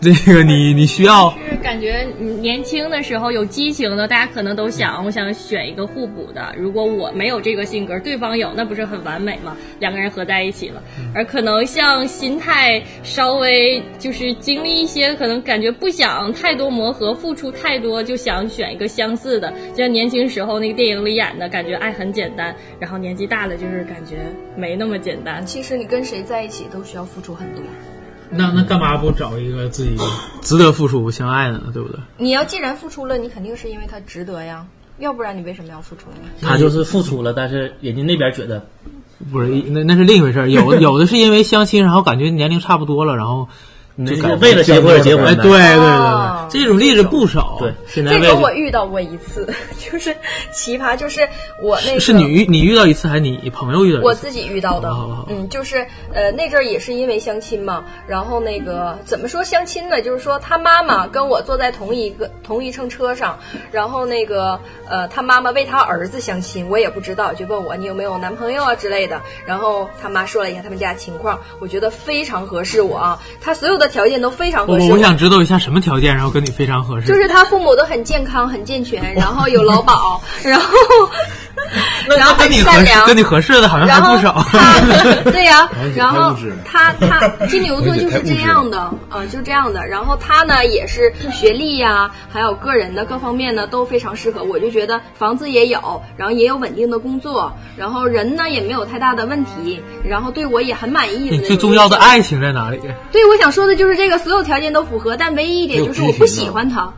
Speaker 1: 那个你你需要
Speaker 5: 就是感觉你年轻的时候有激情的，大家可能都想，我想选一个互补的。如果我没有这个性格，对方有，那不是很完美吗？两个人合在一起了。而可能像心态稍微就是经历一些，可能感觉不想太多磨合，付出太多，就想选一个相似的。就像年轻时候那个电影里演的，感觉爱很简单，然后年纪大了就是感觉没那么简单。
Speaker 6: 其实你跟谁在一起都需要付出很多。
Speaker 1: 那那干嘛不找一个自己 值得付出相爱的呢？对不对？
Speaker 6: 你要既然付出了，你肯定是因为他值得呀，要不然你为什么要付出呢？
Speaker 8: 他就是付出了，但是人家那边觉得
Speaker 1: 不是，那那是另一回事儿。有有的是因为相亲，然后感觉年龄差不多了，然后就
Speaker 8: 就
Speaker 1: 感觉
Speaker 8: 为了结婚而结婚
Speaker 1: 哎，
Speaker 8: 的
Speaker 1: 对对对
Speaker 6: 哦
Speaker 1: 对，这种例子不少。
Speaker 8: 对，现
Speaker 6: 这个我遇到过一次，就是奇葩，就是我那个
Speaker 1: 是你遇你遇到一次，还是你朋友遇到一次？
Speaker 6: 我自己遇到的
Speaker 1: 好好好，
Speaker 6: 嗯，就是呃那阵儿也是因为相亲嘛，然后那个怎么说相亲呢？就是说他妈妈跟我坐在同一个同一乘车上，然后那个呃他妈妈为他儿子相亲，我也不知道，就问我你有没有男朋友啊之类的。然后他妈说了一下他们家情况，我觉得非常合适我啊，他所有的条件都非常
Speaker 1: 我
Speaker 6: 合适
Speaker 1: 我想知道一下什么条件，然后跟你非常合适。
Speaker 6: 就是他父母都很健康、很健全，然后有劳保，然 后然后
Speaker 1: 跟
Speaker 6: 很
Speaker 1: 你合
Speaker 6: 善
Speaker 1: 适
Speaker 6: 良，
Speaker 1: 跟你合适的好像啊还不 少。
Speaker 6: 对呀、然后
Speaker 1: 太物质了
Speaker 6: 他他金牛座就是这样的，啊、就这样的。然后他呢也是学历呀、还有个人的各方面呢都非常适合。我就觉得房子也有，然后也有稳定的工作，然后人呢也没有太大的问题，然后对我也很满意的
Speaker 1: 你
Speaker 6: 那种。
Speaker 1: 最重要的爱情在哪里？
Speaker 6: 对，我想说的就是这个，所有条件都符合，但唯一一点就是我不喜欢他，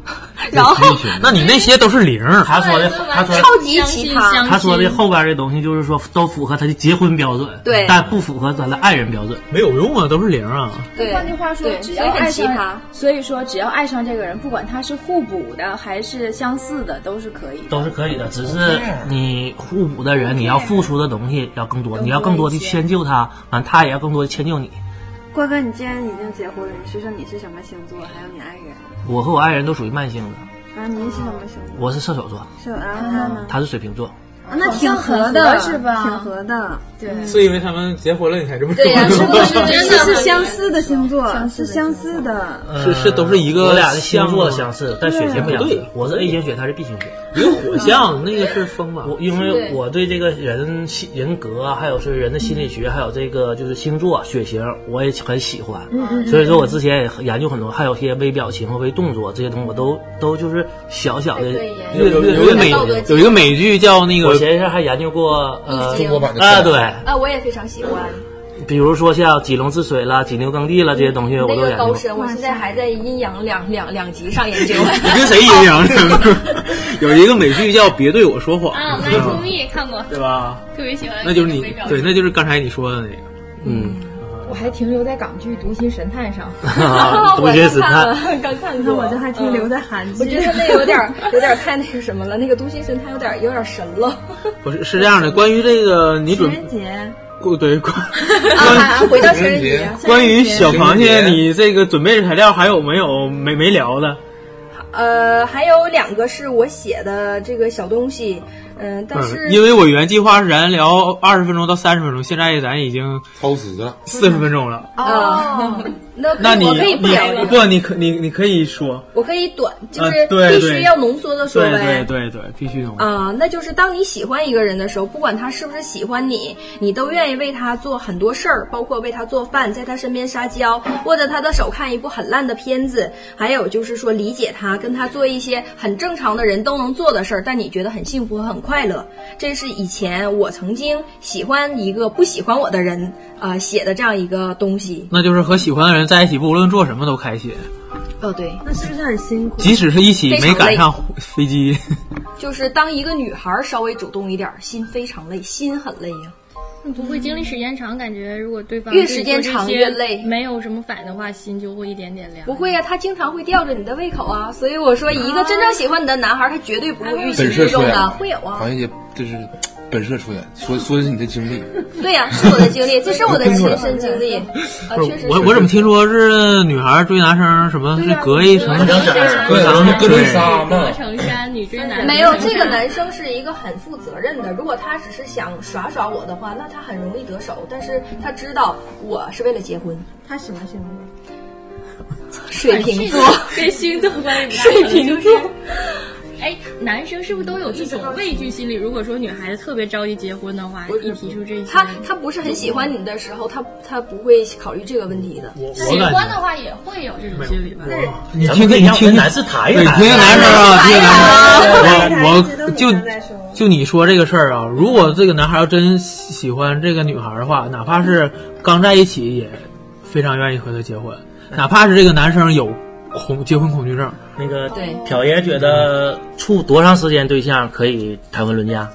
Speaker 6: 然后
Speaker 1: 那你那些都是零。
Speaker 8: 他说的，他 说的
Speaker 6: 超级奇葩。
Speaker 8: 他说的后边这东西就是说都符合他的结婚标准，
Speaker 6: 对
Speaker 8: 但不符合他的爱人标准，
Speaker 1: 没有用啊，都是零 啊。
Speaker 6: 对
Speaker 9: 换句话说
Speaker 6: 对，
Speaker 9: 只
Speaker 6: 所
Speaker 9: 要
Speaker 6: 以很
Speaker 9: 爱
Speaker 6: 奇葩
Speaker 9: 上，所以说只要爱上这个人，不管他是互补的还是相似的，都是可以的。
Speaker 8: 都是可以
Speaker 1: 哦
Speaker 8: 的，只是你互补的人，你要付出的东西要更多，你要更多的迁就他，完他也要更多的迁就你。
Speaker 14: 郭哥，你既然已经结婚了，你说说你是什么星座，还有你爱人，
Speaker 8: 我和我爱人都属于慢性的，
Speaker 14: 然后您是什么星座？
Speaker 8: 我是射手座，
Speaker 14: 是，然后他呢？
Speaker 8: 他是水瓶座，
Speaker 14: 啊那挺合
Speaker 9: 好
Speaker 14: 的，
Speaker 9: 像很合是吧
Speaker 14: 挺合的，对
Speaker 1: 以为他们结婚了，你才这么
Speaker 14: 对呀是不
Speaker 9: 是真的
Speaker 14: 是相似的星座，是相似的。
Speaker 1: 是是都是一个
Speaker 8: 我俩的
Speaker 1: 星
Speaker 8: 星
Speaker 1: 座吗
Speaker 8: 座相似，但血型不相
Speaker 1: 对
Speaker 8: 似。我是 A 型血，他是 B 型血。
Speaker 1: 一个 火象，那个是风吧？
Speaker 8: 我因为我对这个人性人格啊，还有是人的心理学，还有这个就是星座、血型，我也很喜欢。
Speaker 1: 嗯嗯嗯
Speaker 8: 所以说我之前也很研究很多，还有一些微表情和微动作这些东西，我都都就是小小的
Speaker 1: 有有有一个美有一个美剧叫那个
Speaker 8: 我前一阵还研究过呃
Speaker 6: 中国版的
Speaker 8: 啊，对，
Speaker 6: 啊，我也非常喜欢。
Speaker 8: 比如说像几龙治水啦、几牛耕地啦这些东西，
Speaker 6: 你
Speaker 8: 我
Speaker 6: 嗯那
Speaker 8: 都
Speaker 6: 个
Speaker 8: 研究
Speaker 6: 高
Speaker 8: 过。
Speaker 6: 深，我现在还在阴阳两两两极 上研究。
Speaker 1: 你跟谁阴阳什么？ 有一个美剧叫《别对我说谎》，
Speaker 5: 啊，《来
Speaker 1: 嗯
Speaker 5: 出密》看过，
Speaker 1: 对吧？
Speaker 5: 特别喜欢，
Speaker 1: 那就是你对，那就是刚才你说的那个。，
Speaker 8: 嗯，
Speaker 9: 我还停留在港剧《读心神探》上
Speaker 6: 啊哦
Speaker 1: 读心神探
Speaker 9: 我刚看了刚看过，
Speaker 6: 我就还停留
Speaker 9: 在韩
Speaker 6: 嗯我觉得那有点儿有点儿太那个什么了，那个读心神探有点儿有点儿神了。
Speaker 1: 不是是这样的，关于这个你准
Speaker 6: 节，
Speaker 1: 过 对 关
Speaker 6: 啊，回到情人节，
Speaker 1: 关于小螃蟹，你这个准备的材料还有没有没没聊的？
Speaker 6: 呃，还有两个是我写的这个小东西，嗯、但是、
Speaker 1: 因为我原计划是咱聊二十分钟到三十分钟，现在咱已经超时了四十分钟了。
Speaker 6: 哦，那
Speaker 1: 那你
Speaker 6: 我可以不
Speaker 1: 你
Speaker 6: 聊了，
Speaker 1: 不，你可你你可以说，
Speaker 6: 我可以短，就
Speaker 1: 啊
Speaker 6: 是
Speaker 1: 对
Speaker 6: 必
Speaker 1: 对
Speaker 6: 须要浓缩的说
Speaker 1: 对
Speaker 6: 呗。
Speaker 1: 对对对，必须懂。
Speaker 6: 啊、那就是当你喜欢一个人的时候，不管他是不是喜欢你，你都愿意为他做很多事儿，包括为他做饭，在他身边撒娇，握着他的手看一部很烂的片子，还有就是说理解他，跟他做一些很正常的人都能做的事儿，但你觉得很幸福和很快乐。这是以前我曾经喜欢一个不喜欢我的人啊、呃写的这样一个东西。
Speaker 1: 那就是和喜欢的人在一起，不论做什么都开心，
Speaker 6: 哦，对，那是不是很辛苦
Speaker 1: 即使是一起没赶上飞机，
Speaker 6: 就是当一个女孩儿稍微主动一点儿，心非常累，心很累呀、
Speaker 5: 不会经历时间长，感觉如果对方
Speaker 6: 越时间长越
Speaker 5: 累，没有什么反应的话，心就会一点点凉。
Speaker 6: 不会呀、啊他经常会吊着你的胃口啊，所以我说，一个真正喜欢你的男孩，他绝对不会欲擒
Speaker 7: 本色
Speaker 6: 欲
Speaker 7: 出
Speaker 6: 动
Speaker 7: 演
Speaker 6: 的，会有啊
Speaker 7: 好，像也就是本色出演，说说的是你的经历。
Speaker 6: 对呀、是我的经历，这是我的亲身经历，啊，确实是，
Speaker 1: 我我怎么听说是女孩追男生什么是隔一什么
Speaker 5: 对呀
Speaker 1: 隔一层
Speaker 7: 隔一层
Speaker 1: 对
Speaker 5: 隔成山，女追男，
Speaker 6: 没有这个男生是一个很负责任的，如果他只是想耍耍我的话，那他很容易得手，但是他知道我是为了结婚，
Speaker 15: 他什么星座？
Speaker 6: 水瓶座，
Speaker 5: 跟星座关系
Speaker 6: 水瓶座。
Speaker 5: 哎，男生是不是都有这种畏惧心理？如果说女孩子特别着急结婚的话，一提出这些，
Speaker 6: 他他不是很喜欢你的时候，他他不会考虑这个问题的。
Speaker 5: 喜欢的话也会有这种心理吧？
Speaker 1: 你
Speaker 8: 咱
Speaker 1: 听
Speaker 8: 们可以
Speaker 1: 听，你
Speaker 8: 让
Speaker 1: 听
Speaker 8: 跟
Speaker 1: 听
Speaker 8: 男士谈一谈
Speaker 1: 对听听男士啊，听听
Speaker 6: 哎
Speaker 8: 谈
Speaker 1: 男
Speaker 8: 一谈谈一
Speaker 1: 士，
Speaker 8: 谈
Speaker 1: 我我就就你说这个事儿啊，如果这个男孩要真喜欢这个女孩的话，哪怕是刚在一起，也非常愿意和她结婚，哪怕是这个男生有恐结婚恐惧症，
Speaker 8: 那个
Speaker 6: 对
Speaker 8: 瞟爷觉得处多长时间对象可以谈婚论嫁？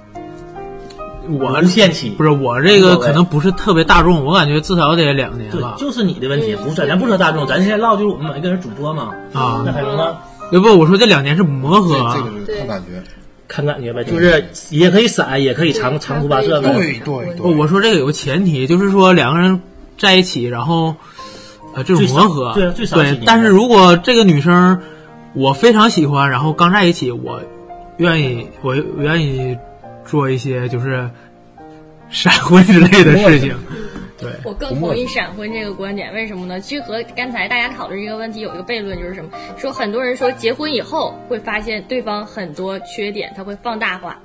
Speaker 1: 我
Speaker 8: 无限期
Speaker 1: 不是我这个可能不是特别大众，我感觉至少得两年
Speaker 8: 对
Speaker 1: 吧，。
Speaker 8: 就是你的问题，不是咱不说大众，咱现在唠就是我们每个人主播嘛。
Speaker 1: 啊
Speaker 8: 那海龙呢？
Speaker 1: 要不我说这两年是磨合啊，
Speaker 8: 看感觉，看感觉呗，就是也可以散，也可以长长途跋涉呗。
Speaker 1: 对对对，哦我说这个有个前提，就是说两个人在一起，然后呃这种
Speaker 8: 最少
Speaker 1: 磨合，
Speaker 8: 对最少几年
Speaker 1: 但是如果这个女生我非常喜欢，然后刚在一起，我愿意我我愿意做一些就是闪婚之类的事情，对，
Speaker 5: 我更同意闪婚这个观点，为什么呢？就和刚才大家讨论这个问题有一个悖论，就是什么？说很多人说结婚以后会发现对方很多缺点，他会放大化。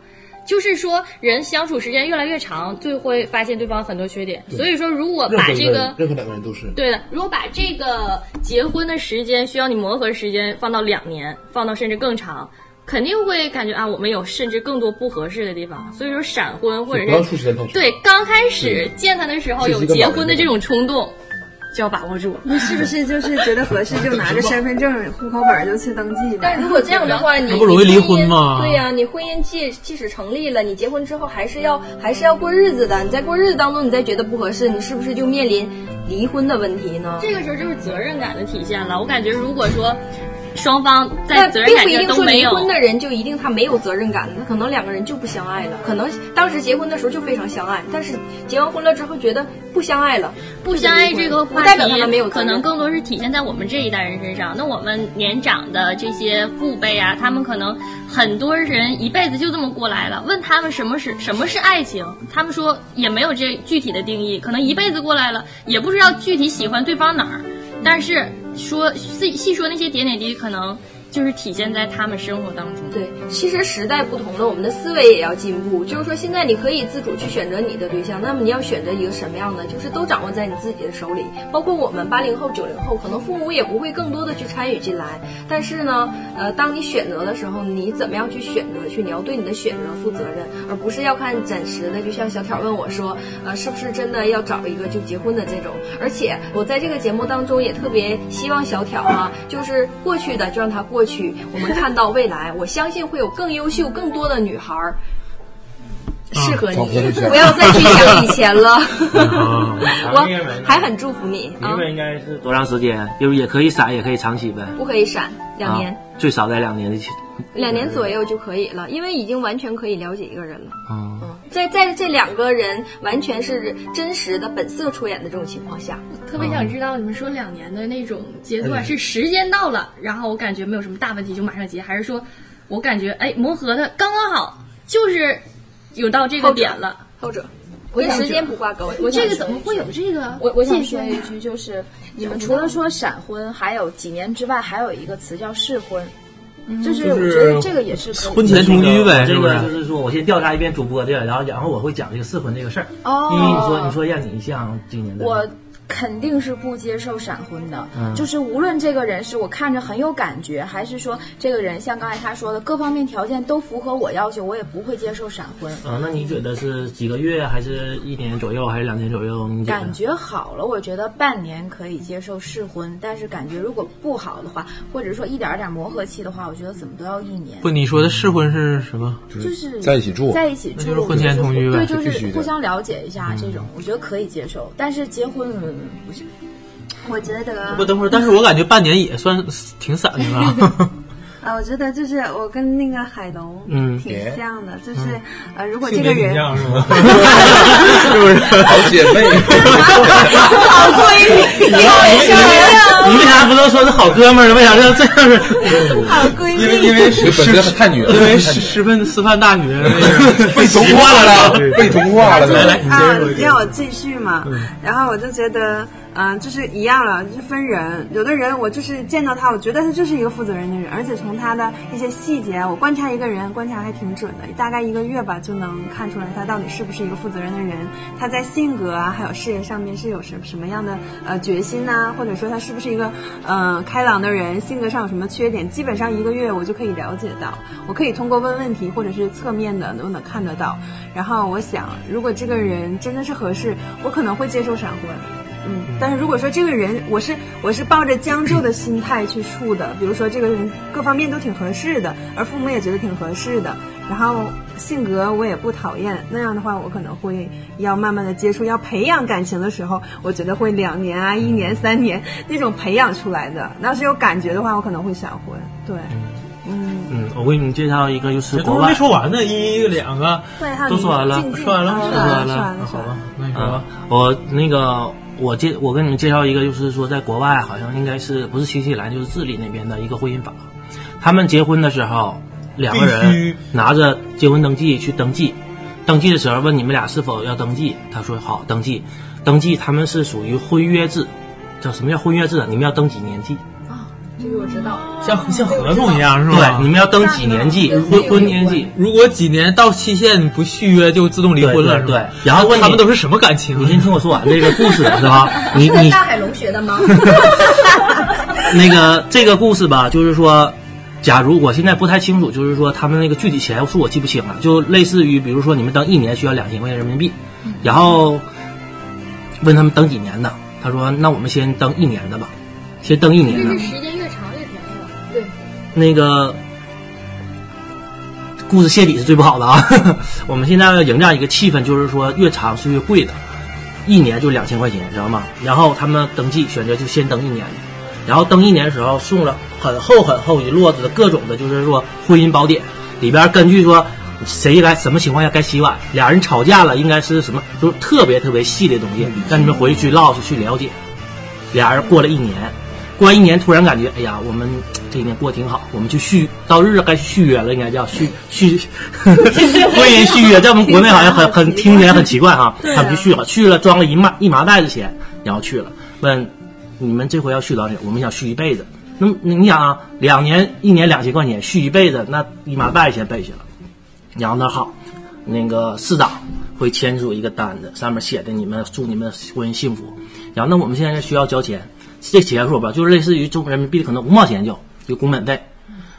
Speaker 5: 就是说，人相处时间越来越长，就会发现对方很多缺点。
Speaker 7: 对
Speaker 5: 所以说，如果
Speaker 7: 任
Speaker 5: 把
Speaker 7: 何一
Speaker 5: 这个
Speaker 7: 任何两个人都是
Speaker 5: 对的，如果把这个结婚的时间需要你磨合的时间放到两年，放到甚至更长，肯定会感觉啊，我们有甚至更多不合适的地方。所以说，闪婚或者
Speaker 7: 不要出
Speaker 5: 是
Speaker 7: 时间太长。
Speaker 5: 对刚开始见他的时候
Speaker 7: 这是
Speaker 5: 有
Speaker 7: 一个
Speaker 5: 结
Speaker 7: 老人
Speaker 5: 婚的
Speaker 7: 的
Speaker 5: 这种冲动，就要把握住。
Speaker 15: 你是不是就是觉得合适就拿着身份证、户口本就去登记了？
Speaker 6: 但如果这样的话，你
Speaker 1: 那不容易离婚吗
Speaker 6: 对呀、你婚姻即即使成立了，你结婚之后还是要还是要过日子的。你在过日子当中，你再觉得不合适，你是不是就面临离婚的问题呢？
Speaker 5: 这个时候就是责任感的体现了。我感觉如果说双方在
Speaker 6: 那
Speaker 5: 责任
Speaker 6: 并
Speaker 5: 感
Speaker 6: 不一
Speaker 5: 上
Speaker 6: 定
Speaker 5: 都
Speaker 6: 说
Speaker 5: 没
Speaker 6: 离
Speaker 5: 有，
Speaker 6: 婚的人就一定他没有责任感，那可能两个人就不相爱了。可能当时结婚的时候就非常相爱，但是结完婚了之后觉得不相爱了，
Speaker 5: 不相爱这个
Speaker 6: 不
Speaker 5: 话
Speaker 6: 代表他
Speaker 5: 题
Speaker 6: 们没有责
Speaker 5: 可
Speaker 6: 任
Speaker 5: 能更多是体现在我们这一代人身上。那我们年长的这些父辈啊，他们可能很多人一辈子就这么过来了。问他们什么是什么是爱情，他们说也没有这具体的定义，可能一辈子过来了，也不知道具体喜欢对方哪儿。但是说细细说那些点点滴滴，可能
Speaker 11: 就是体现在他们生活当中。
Speaker 5: 对，其实时代不同了，我们的思维也要进步。就是说，现在你可以自主去选择你的对象，那么你要选择一个什么样的，就是都掌握在你自己的手里。包括我们八零后、九零后，可能父母也不会更多的去参与进来。但是呢，呃，当你选择的时候，你怎么样去选择去？你要对你的选择负责任，而不是要看暂时的。就像小挑问我说，呃，是不是真的要找一个就结婚的这种？而且我在这个节目当中也特别希望小挑啊，就是过去的就让它过去，我们看到未来，我相信会有更优秀、更多的女孩儿适合
Speaker 7: 找
Speaker 5: 你
Speaker 7: 工作，
Speaker 5: 不要再去想以前了。
Speaker 8: 啊
Speaker 5: 我还很祝福你啊
Speaker 8: 一，个应该是多长时间？就是也可以散，也可以长期呗。
Speaker 5: 不可以闪两年
Speaker 8: 啊，，最少在两年的期。
Speaker 5: 两年左右就可以了，因为已经完全可以了解一个人了。
Speaker 1: 啊
Speaker 8: 嗯，
Speaker 5: 在在这两个人完全是真实的本色出演的这种情况下，
Speaker 11: 特别想知道你们说两年的那种阶段
Speaker 5: 嗯
Speaker 11: 是时间到了，然后我感觉没有什么大问题就马上结，还是说我感觉哎磨合的刚刚好，就是有到这个点了。
Speaker 5: 后者，
Speaker 9: 我想知道我
Speaker 11: 这个怎么会有这个？
Speaker 9: 我我想
Speaker 11: 界
Speaker 9: 说
Speaker 11: 限
Speaker 9: 一
Speaker 11: 呢
Speaker 9: 句，就是你们除了说闪婚，还有几年之外，还有一个词叫试婚，就是我觉得这个也是可以
Speaker 1: 婚前同居呗
Speaker 8: 这
Speaker 1: 是不
Speaker 8: 个
Speaker 1: 是
Speaker 8: 就是说，我先调查一遍主播的，然后然后我会讲这个试婚这个事儿。
Speaker 9: 哦
Speaker 8: 因为你说你说让你像今年的，
Speaker 9: 我肯定是不接受闪婚的，
Speaker 8: 嗯
Speaker 9: 就是无论这个人是我看着很有感觉，还是说这个人像刚才他说的各方面条件都符合我要求，我也不会接受闪婚。
Speaker 8: 啊，那你觉得是几个月，还是一年左右，还是两年左右？你觉得
Speaker 9: 感？觉好了，我觉得半年可以接受试婚，但是感觉如果不好的话，或者说一点儿点儿磨合期的话，我觉得怎么都要一年。
Speaker 1: 不，你说的试婚是什么？
Speaker 9: 就是在
Speaker 1: 在
Speaker 9: 一起住，
Speaker 1: 那就是婚前同居呗，
Speaker 9: 对，就是互相了解一
Speaker 1: 嗯
Speaker 9: 下这种，我觉得可以接受。但是结婚，嗯不是
Speaker 6: 我觉得
Speaker 1: 不，等会儿，但是我感觉半年也算挺散的 吧。
Speaker 6: 啊，我觉得就是我跟那个海龙
Speaker 1: 嗯
Speaker 6: 挺
Speaker 1: 别
Speaker 6: 像的，就是呃，如果
Speaker 1: 性
Speaker 6: 这
Speaker 1: 别倾
Speaker 6: 个人
Speaker 1: 向是吗？
Speaker 7: 是不是好姐妹？
Speaker 6: 好 闺蜜，
Speaker 8: 你为啥不能说是好哥们儿呢？为啥要这样式？
Speaker 6: 好闺蜜，
Speaker 1: 因为
Speaker 7: 你本身太女了
Speaker 1: 因为师师范师范大学
Speaker 7: 被同化了被同化了
Speaker 1: 来来，你
Speaker 6: 啊
Speaker 1: 接着，说。
Speaker 6: 让我继续嘛。
Speaker 1: 嗯
Speaker 6: 然后我就觉得，嗯、就是一样了，就是分人。有的人我就是见到他，我觉得他就是一个负责任的人，而且从他的一些细节，我观察一个人观察还挺准的，大概一个月吧就能看出来他到底是不是一个负责任的人。他在性格啊，还有事业上面是有什什么样的呃决心呐、或者说他是不是一个呃开朗的人，性格上有什么缺点，基本上一个月我就可以了解到，我可以通过问问题或者是侧面的都能看得到。然后我想，如果这个人真的是合适，我可能会接受闪婚。嗯，但是如果说这个人，我是我是抱着将就的心态去处的，比如说这个人各方面都挺合适的，而父母也觉得挺合适的，然后性格我也不讨厌，那样的话我可能会要慢慢的接触，要培养感情的时候，我觉得会两年啊、一年、三年那种培养出来的。那要是有感觉的话，我可能会闪婚。对，嗯，
Speaker 8: 嗯，我给你们介绍一个，就是国
Speaker 1: 都
Speaker 8: 外
Speaker 1: 没说完呢，一两个
Speaker 6: 对，还有
Speaker 1: 都
Speaker 6: 你
Speaker 1: 说完了
Speaker 6: 静静
Speaker 1: 说完了吗
Speaker 6: 啊
Speaker 1: 说完了
Speaker 6: 说完了，
Speaker 1: 好
Speaker 6: 说完了
Speaker 1: 吧。那你说吧
Speaker 8: 啊，我那个我介我跟你们介绍一个，就是说在国外好像应该是不是新西兰就是智利那边的一个婚姻法，他们结婚的时候两个
Speaker 1: 必
Speaker 8: 人
Speaker 1: 须
Speaker 8: 拿着结婚登记去登记，登记的时候问你们俩是否要登记，他说好登记，登记他们是属于婚约制，叫什么叫婚约制啊？你们要登几年记？
Speaker 9: 这个我知道。
Speaker 1: 像像合同一样是吧？
Speaker 8: 对，你们要登几年记？婚婚年记。
Speaker 1: 如果几年到期限不续约就自动离婚了，是
Speaker 8: 对对
Speaker 1: 吧
Speaker 8: 对然后问你
Speaker 1: 他们都是什么感情？啊
Speaker 8: 你先听我说完这个故事是吧？你
Speaker 4: 是
Speaker 8: 你
Speaker 4: 大海龙学的吗？
Speaker 8: 那个这个故事吧，就是说，假如我现在不太清楚，就是说他们那个具体钱数我记不清了，就类似于比如说你们登一年需要两千块钱人民币，然后问他们登几年的，他说那我们先登一年的吧，先登一年的
Speaker 11: 就是，时间越长越便宜了。
Speaker 9: 对，
Speaker 8: 那个故事泄底是最不好的啊。 我们现在要营造一个气氛，就是说越长是越贵的，一年就两千块钱，知道吗？然后他们登记选择就先登一年，然后登一年的时候送了很厚很厚一摞子的各种的，就是说婚姻宝典里边根据说。谁该什么情况下该洗碗？俩人吵架了，应该是什么？就是特别特别细的东西，让你们回去去唠去去了解。俩人过了一年，过完一年突然感觉，哎呀，我们这一年过得挺好，我们去续到日子该续约了，应该叫续续 婚姻续约，在我们国内好像很很听起来很奇怪哈，
Speaker 1: 对啊
Speaker 8: 他们就续了，续了装了一麻一麻袋子钱，然后去了，问你们这回要续多少钱？我们想续一辈子。那么你想啊，两年一年两千块钱续一辈子，那一马半先背去了。然后呢，好，那个市长会签署一个单子，上面写的你们祝你们婚姻幸福。然后那我们现在需要交钱，这钱数吧，就是类似于中国人民币可能五毛钱就就工本费。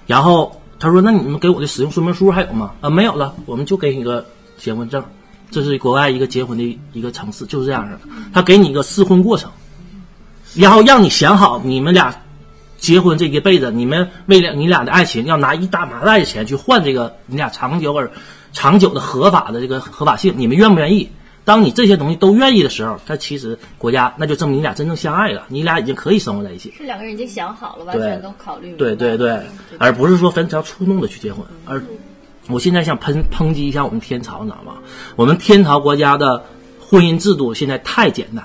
Speaker 8: 然后他说：“那你们给我的使用说明书还有吗？”啊，没有了，我们就给你个结婚证。这是国外一个结婚的一个城市，就是这样式的。他给你一个试婚过程，然后让你想好你们俩结婚这一辈子，你们为了你俩的爱情要拿一大麻袋的钱去换这个你俩长久而长久的合法的这个合法性，你们愿不愿意？当你这些东西都愿意的时候，他其实国家那就证明你俩真正相爱了，你俩已经可以生活在一起。
Speaker 5: 这两个人已经想好了，完
Speaker 8: 对
Speaker 5: 全都考虑了。
Speaker 8: 对对对，而不是说非常冲动的去结婚。而我现在想抨抨击一下我们天朝，你知道吗？我们天朝国家的婚姻制度现在太简单，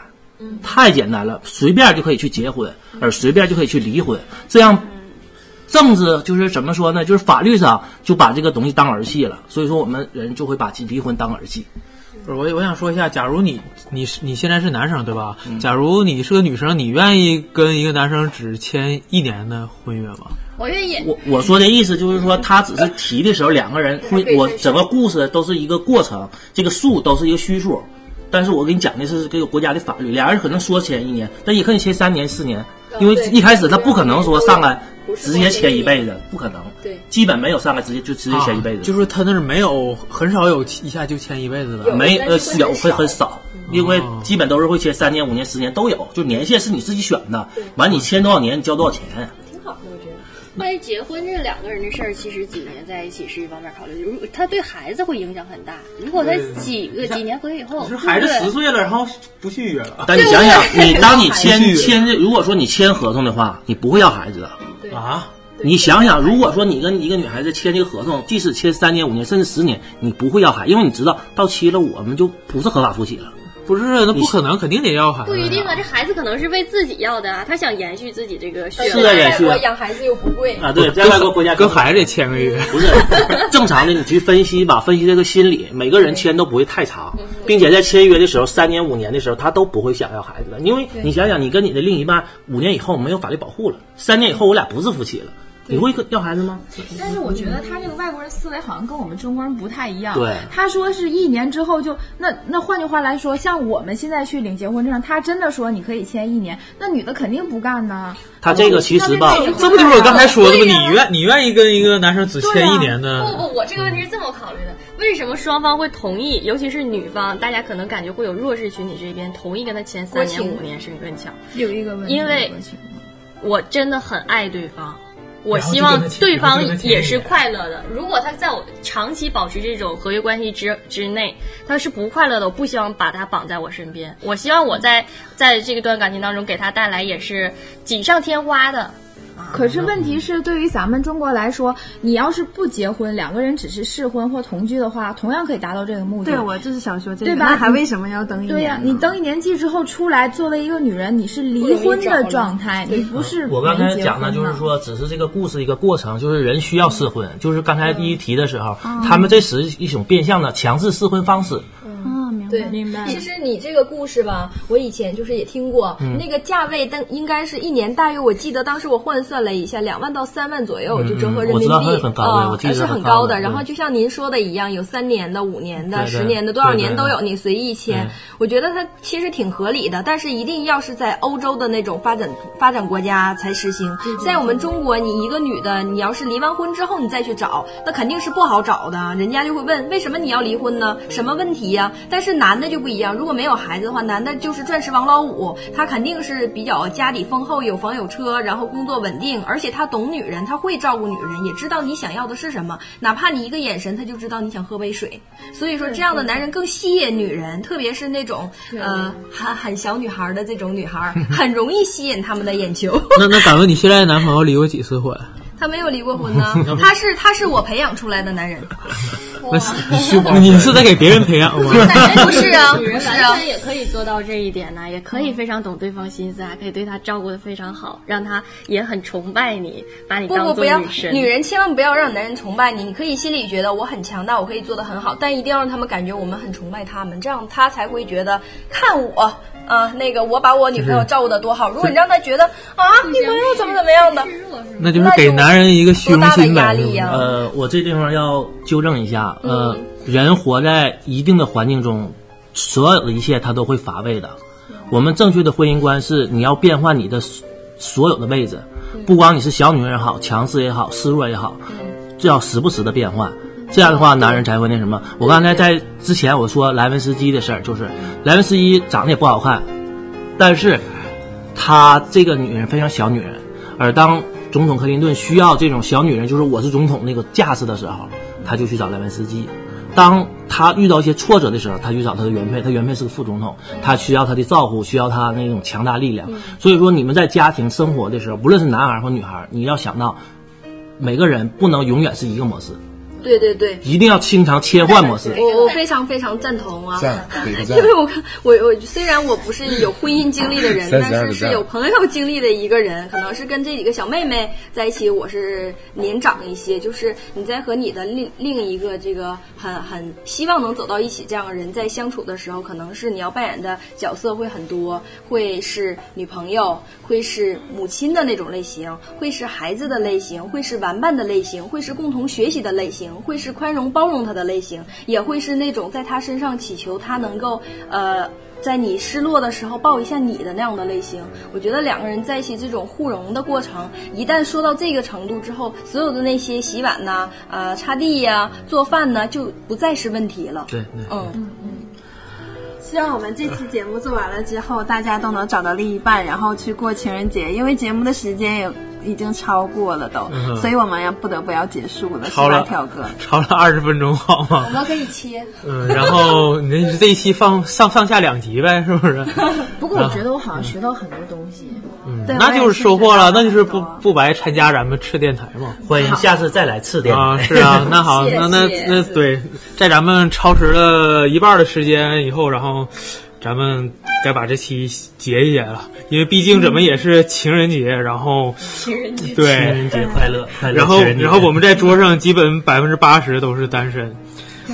Speaker 8: 太简单了，随便就可以去结婚，而随便就可以去离婚，这样。政治就是怎么说呢？就是法律上就把这个东西当儿戏了，所以说我们人就会把离婚当儿戏。
Speaker 1: 不是我我想说一下，假如你你是你现在是男生对吧？假如你是个女生，你愿意跟一个男生只签一年的婚约吗？
Speaker 5: 我愿意。
Speaker 8: 我我说的意思就是说，他只是提的时候，两个人会，我整个故事都是一个过程，这个数都是一个虚数。但是我给你讲的是这个国家的法律，俩人可能说签一年，但也可以签三年、四年，因为一开始他不可能说上来直接签一辈子，不可能，
Speaker 1: 对，
Speaker 8: 基本没有上来直接就直接签一辈子，
Speaker 1: 啊就是他那是没有很少有一下就签一辈子的，
Speaker 8: 没呃是有会很少，嗯因为
Speaker 1: 哦
Speaker 8: 基本都是会签三年、五年、十年都有，就年限是你自己选的，完你签多少年你交多少钱。
Speaker 5: 挺好的，我觉得。但是结婚这两个人的事儿，其实几年在一起是一方面考虑，如他对孩子会影响很大。如果他
Speaker 1: 对
Speaker 5: 几个几年回以后，
Speaker 1: 孩子
Speaker 5: 对不对
Speaker 1: 十岁了，然后不续约了。
Speaker 8: 但你想想，你当你签
Speaker 1: 对
Speaker 8: 签，如果说你签合同的话，你不会要孩子的。
Speaker 1: 啊？
Speaker 8: 你想想，如果说你跟一个女孩子签这个合同，即使签三年、五年甚至十年，你不会要孩子，因为你知道到期了，我们就不是合法夫妻了。
Speaker 1: 不是，那不可能，肯定得要孩
Speaker 5: 不一定啊，这孩子可能是为自己要的啊，他想延续自己这个血
Speaker 8: 是啊也是啊
Speaker 5: 养孩子又不贵
Speaker 8: 啊，对，在外国国家跟孩子签个约，不是 正常的。你去分析吧，分析这个心理，每个人签都不会太长，并且在签约的时候，三年、五年的时候，他都不会想要孩子的，因为
Speaker 1: 对
Speaker 8: 你想想，你跟你的另一半五年以后没有法律保护了，三年以后我俩不是夫妻了，你会要孩子吗？
Speaker 16: 但是我觉得他这个外国人思维好像跟我们中国人不太一样。
Speaker 8: 对
Speaker 16: 他说是一年之后就那那换句话来说，像我们现在去领结婚证，他真的说你可以签一年，那女的肯定不干呢。
Speaker 8: 他这个其实吧
Speaker 16: 那那那，
Speaker 1: 这不就是我刚才说的吗？你愿你愿意跟一个男生只签一年
Speaker 5: 不
Speaker 1: 的？
Speaker 5: 不，我这个问题是这么考虑的：为什么双方会同意，尤其是女方，大家可能感觉会有弱势群体这边同意跟他签三年、
Speaker 16: 国情
Speaker 5: 五年，甚至更长？
Speaker 16: 有一个问题，
Speaker 5: 因为我真的很爱对方，我
Speaker 16: 然后
Speaker 5: 希
Speaker 16: 就跟
Speaker 5: 望
Speaker 16: 他签
Speaker 5: 对
Speaker 16: 然后
Speaker 5: 方
Speaker 16: 就跟他签
Speaker 5: 也
Speaker 16: 一
Speaker 5: 是
Speaker 16: 年
Speaker 5: 快乐的。如果他在我长期保持这种合约关系之之内，他是不快乐的，我不希望把他绑在我身边。我希望我在在这段感情当中给他带来也是锦上添花的。
Speaker 16: 可是问题是，对于咱们中国来说，你要是不结婚，两个人只是试婚或同居的话，同样可以达到这个 目的。
Speaker 6: 对我就是想说这个
Speaker 16: 对吧？
Speaker 6: 那还为什么要等一年呢
Speaker 16: 对呀、你登一年记之后出来，作为一个女人，你是离婚的状态，你不是
Speaker 8: 我刚才
Speaker 16: 没结婚
Speaker 8: 讲的就是说，只是这个故事一个过程，就是人需要试婚，就是刚才第一题的时候，
Speaker 16: 嗯
Speaker 8: 他们这是一种变相的强制试婚方式。
Speaker 16: 嗯，明
Speaker 9: 对，
Speaker 16: 明白
Speaker 9: 其实你这个故事吧，我以前就是也听过，
Speaker 8: 嗯
Speaker 9: 那个价位但应该是一年大约，我记得当时我换算了一下，两万到三万左右，
Speaker 8: 嗯
Speaker 9: 就折合人
Speaker 8: 我
Speaker 9: 民
Speaker 8: 知
Speaker 9: 币
Speaker 8: 道它很高的
Speaker 9: 啊
Speaker 8: 我记得
Speaker 9: 是
Speaker 8: 它很
Speaker 9: 很
Speaker 8: 高的
Speaker 9: 的。
Speaker 8: 对
Speaker 9: 然后就像您说的一样，有三年的、五年的、
Speaker 8: 对对
Speaker 9: 十年的，多少年都有，
Speaker 8: 对对
Speaker 9: 你随意签
Speaker 8: 对。
Speaker 9: 我觉得它其实挺合理的，但是一定要是在欧洲的那种发展发展国家才实行。在我们中国，你一个女的，你要是离完婚之后你再去找，那肯定是不好找的，人家就会问为什么你要离婚呢？什么问题呀、但是男的就不一样，如果没有孩子的话，男的就是钻石王老五，他肯定是比较家底丰厚，有房有车，然后工作稳定，而且他懂女人，他会照顾女人，也知道你想要的是什么，哪怕你一个眼神，他就知道你想喝杯水。所以说，这样的男人更吸引女人，特别是那种呃很很小女孩的这种女孩， 很容易吸引他们的眼 球。
Speaker 1: 那那敢问你现在的男朋友离过几次婚？
Speaker 9: 他没有离过婚呢，他是他是我培养出来的男人，
Speaker 1: 那是那你是在给别人培养吗？
Speaker 9: 不是啊
Speaker 5: 女人
Speaker 9: 不是啊
Speaker 5: 完全也可以做到这一点呢、也可以非常懂对方心思啊，可以对他照顾的非常好，让他也很崇拜你，把你
Speaker 9: 不
Speaker 5: 当
Speaker 9: 不
Speaker 5: 做
Speaker 9: 不要
Speaker 5: 女，神。
Speaker 9: 女人千万不要让男人崇拜你。你可以心里觉得我很强大，我可以做得很好，但一定要让他们感觉我们很崇拜他们，这样他才会觉得看我
Speaker 6: 啊，那个我把我女朋友照顾的多好。如果
Speaker 1: 是
Speaker 6: 你让她觉得啊，女朋友怎么怎么样的，
Speaker 1: 那就是给男人一个虚荣心呗。是不是
Speaker 8: 呃，我这地方要纠正一下，呃，人活在一定的环境中，所有的一切他都会乏味的。我们正确的婚姻观是，你要变换你的所所有的位置，不光你是小女人也好，强势也好，示弱也好，最好时不时的变换。这样的话，男人才会那什么。我刚才在之前我说莱文斯基的事儿，就是莱文斯基长得也不好看，但是她这个女人非常小女人，而当总统克林顿需要这种小女人，就是我是总统那个架势的时候，他就去找莱文斯基。当他遇到一些挫折的时候，他去找他的原配，他原配是个副总统，他需要他的照顾，需要他那种强大力量。
Speaker 6: 嗯
Speaker 8: 所以说，你们在家庭生活的时候，无论是男孩或女孩，你要想到每个人不能永远是一个模式，
Speaker 6: 对对对，
Speaker 8: 一定要经常切换模式。
Speaker 6: 我我非常非常赞同啊，
Speaker 8: 赞给个
Speaker 6: 因
Speaker 8: 赞
Speaker 6: 为我看我我虽然我不是有婚姻经历的人，
Speaker 8: 32
Speaker 6: 但是
Speaker 8: 个
Speaker 6: 是
Speaker 8: 赞
Speaker 6: 有朋友经历的一个人，可能是跟这几个小妹妹在一起，我是年长一些，就是你在和你的另另一个这个很很希望能走到一起这样的人在相处的时候，可能是你要扮演的角色会很多，会是女朋友，会是母亲的那种类型，会是孩子的类型，会是玩伴的类型，会是共同学习的类型，会是宽容包容他的类型，也会是那种在他身上祈求他能够呃。在你失落的时候抱一下你的那样的类型，我觉得两个人在一起这种互融的过程，一旦说到这个程度之后，所有的那些洗碗呐、呃擦地呀、做饭呐，就不再是问题了。
Speaker 8: 对，
Speaker 6: 嗯，
Speaker 17: 希望我们这期节目做完了之后，大家都能找到另一半，然后去过情人节，因为节目的时间也已经超过了都，
Speaker 1: 嗯
Speaker 17: 所以我们要不得不要结束了，是
Speaker 1: 超
Speaker 17: 吧，
Speaker 1: 了
Speaker 17: 跳哥？
Speaker 1: 超了二十分钟好吗？
Speaker 6: 们可以切。
Speaker 1: 嗯，然后你这一期放上上下两集呗，是不是？
Speaker 9: 不过我觉得我好像学到很多东西。
Speaker 1: 嗯
Speaker 9: 对
Speaker 1: 那就是收获了，那就是不不白参加咱们次电台嘛。
Speaker 8: 欢迎下次再来次电台
Speaker 1: 啊！是啊，那好，
Speaker 8: 谢谢
Speaker 1: 那那那对，在咱们超时了一半的时间以后，然后咱们该把这期结一结了，因为毕竟怎么也是情人节，然后
Speaker 5: 情人节，
Speaker 1: 对
Speaker 8: 情人节快乐，快 乐
Speaker 1: 然后
Speaker 8: 情人节
Speaker 1: 然后我们在桌上基本百分之八十都是单身。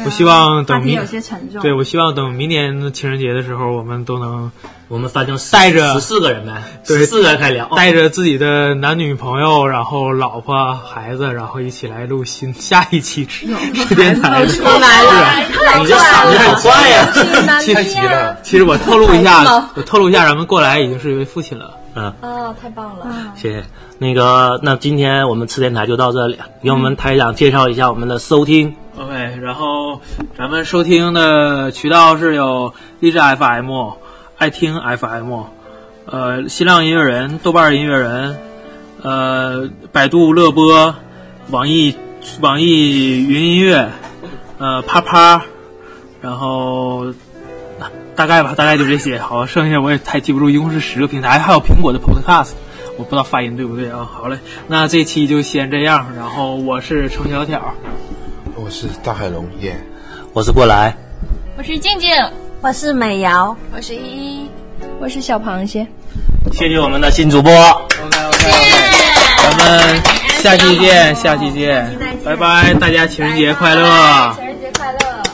Speaker 1: 我希望等
Speaker 17: 话题
Speaker 1: 明
Speaker 17: 有些沉重
Speaker 1: 对我希望等明年的情人节的时候，我们都能
Speaker 8: 我们反正十
Speaker 1: 带着
Speaker 8: 十四个人呗，
Speaker 1: 对，
Speaker 8: 十四个人开聊，哦
Speaker 1: 带着自己的男女朋友，然后老婆、孩子，然后一起来录新下一期吃吃 电台。
Speaker 8: 出来了
Speaker 1: 是
Speaker 8: 你这嗓子很快呀
Speaker 1: 其
Speaker 8: 太急了
Speaker 1: 其实我透露一
Speaker 8: 太急
Speaker 1: 下
Speaker 8: 了，
Speaker 1: 我透露一下，咱们过来已经是一位父亲了。
Speaker 8: 嗯，
Speaker 6: 啊，太棒了！
Speaker 8: 谢谢。那个，那今天我们次电台就到这里，给我们台长介绍一下我们的收听。
Speaker 1: OK，然后咱们收听的渠道是有荔枝 FM、爱听 FM、呃新浪音乐人、豆瓣音乐人、呃百度乐播、网易网易云音乐、呃啪啪，然后啊大概吧，大概就这些。好，剩下我也太记不住，一共是十个平台，还有苹果的 Podcast。我不知道发音对不对啊？好嘞，那这期就先这样。然后我是程小挑，
Speaker 7: 我是大海龙耶，
Speaker 8: 我是过来。
Speaker 5: 我是 静静，
Speaker 6: 我是美瑶，
Speaker 5: 我是依依，
Speaker 6: 我是小螃蟹。
Speaker 8: 谢谢我们的新主播。
Speaker 1: 咱们下期见，下期见，拜拜，大家情人节快乐！
Speaker 9: 情人节快乐！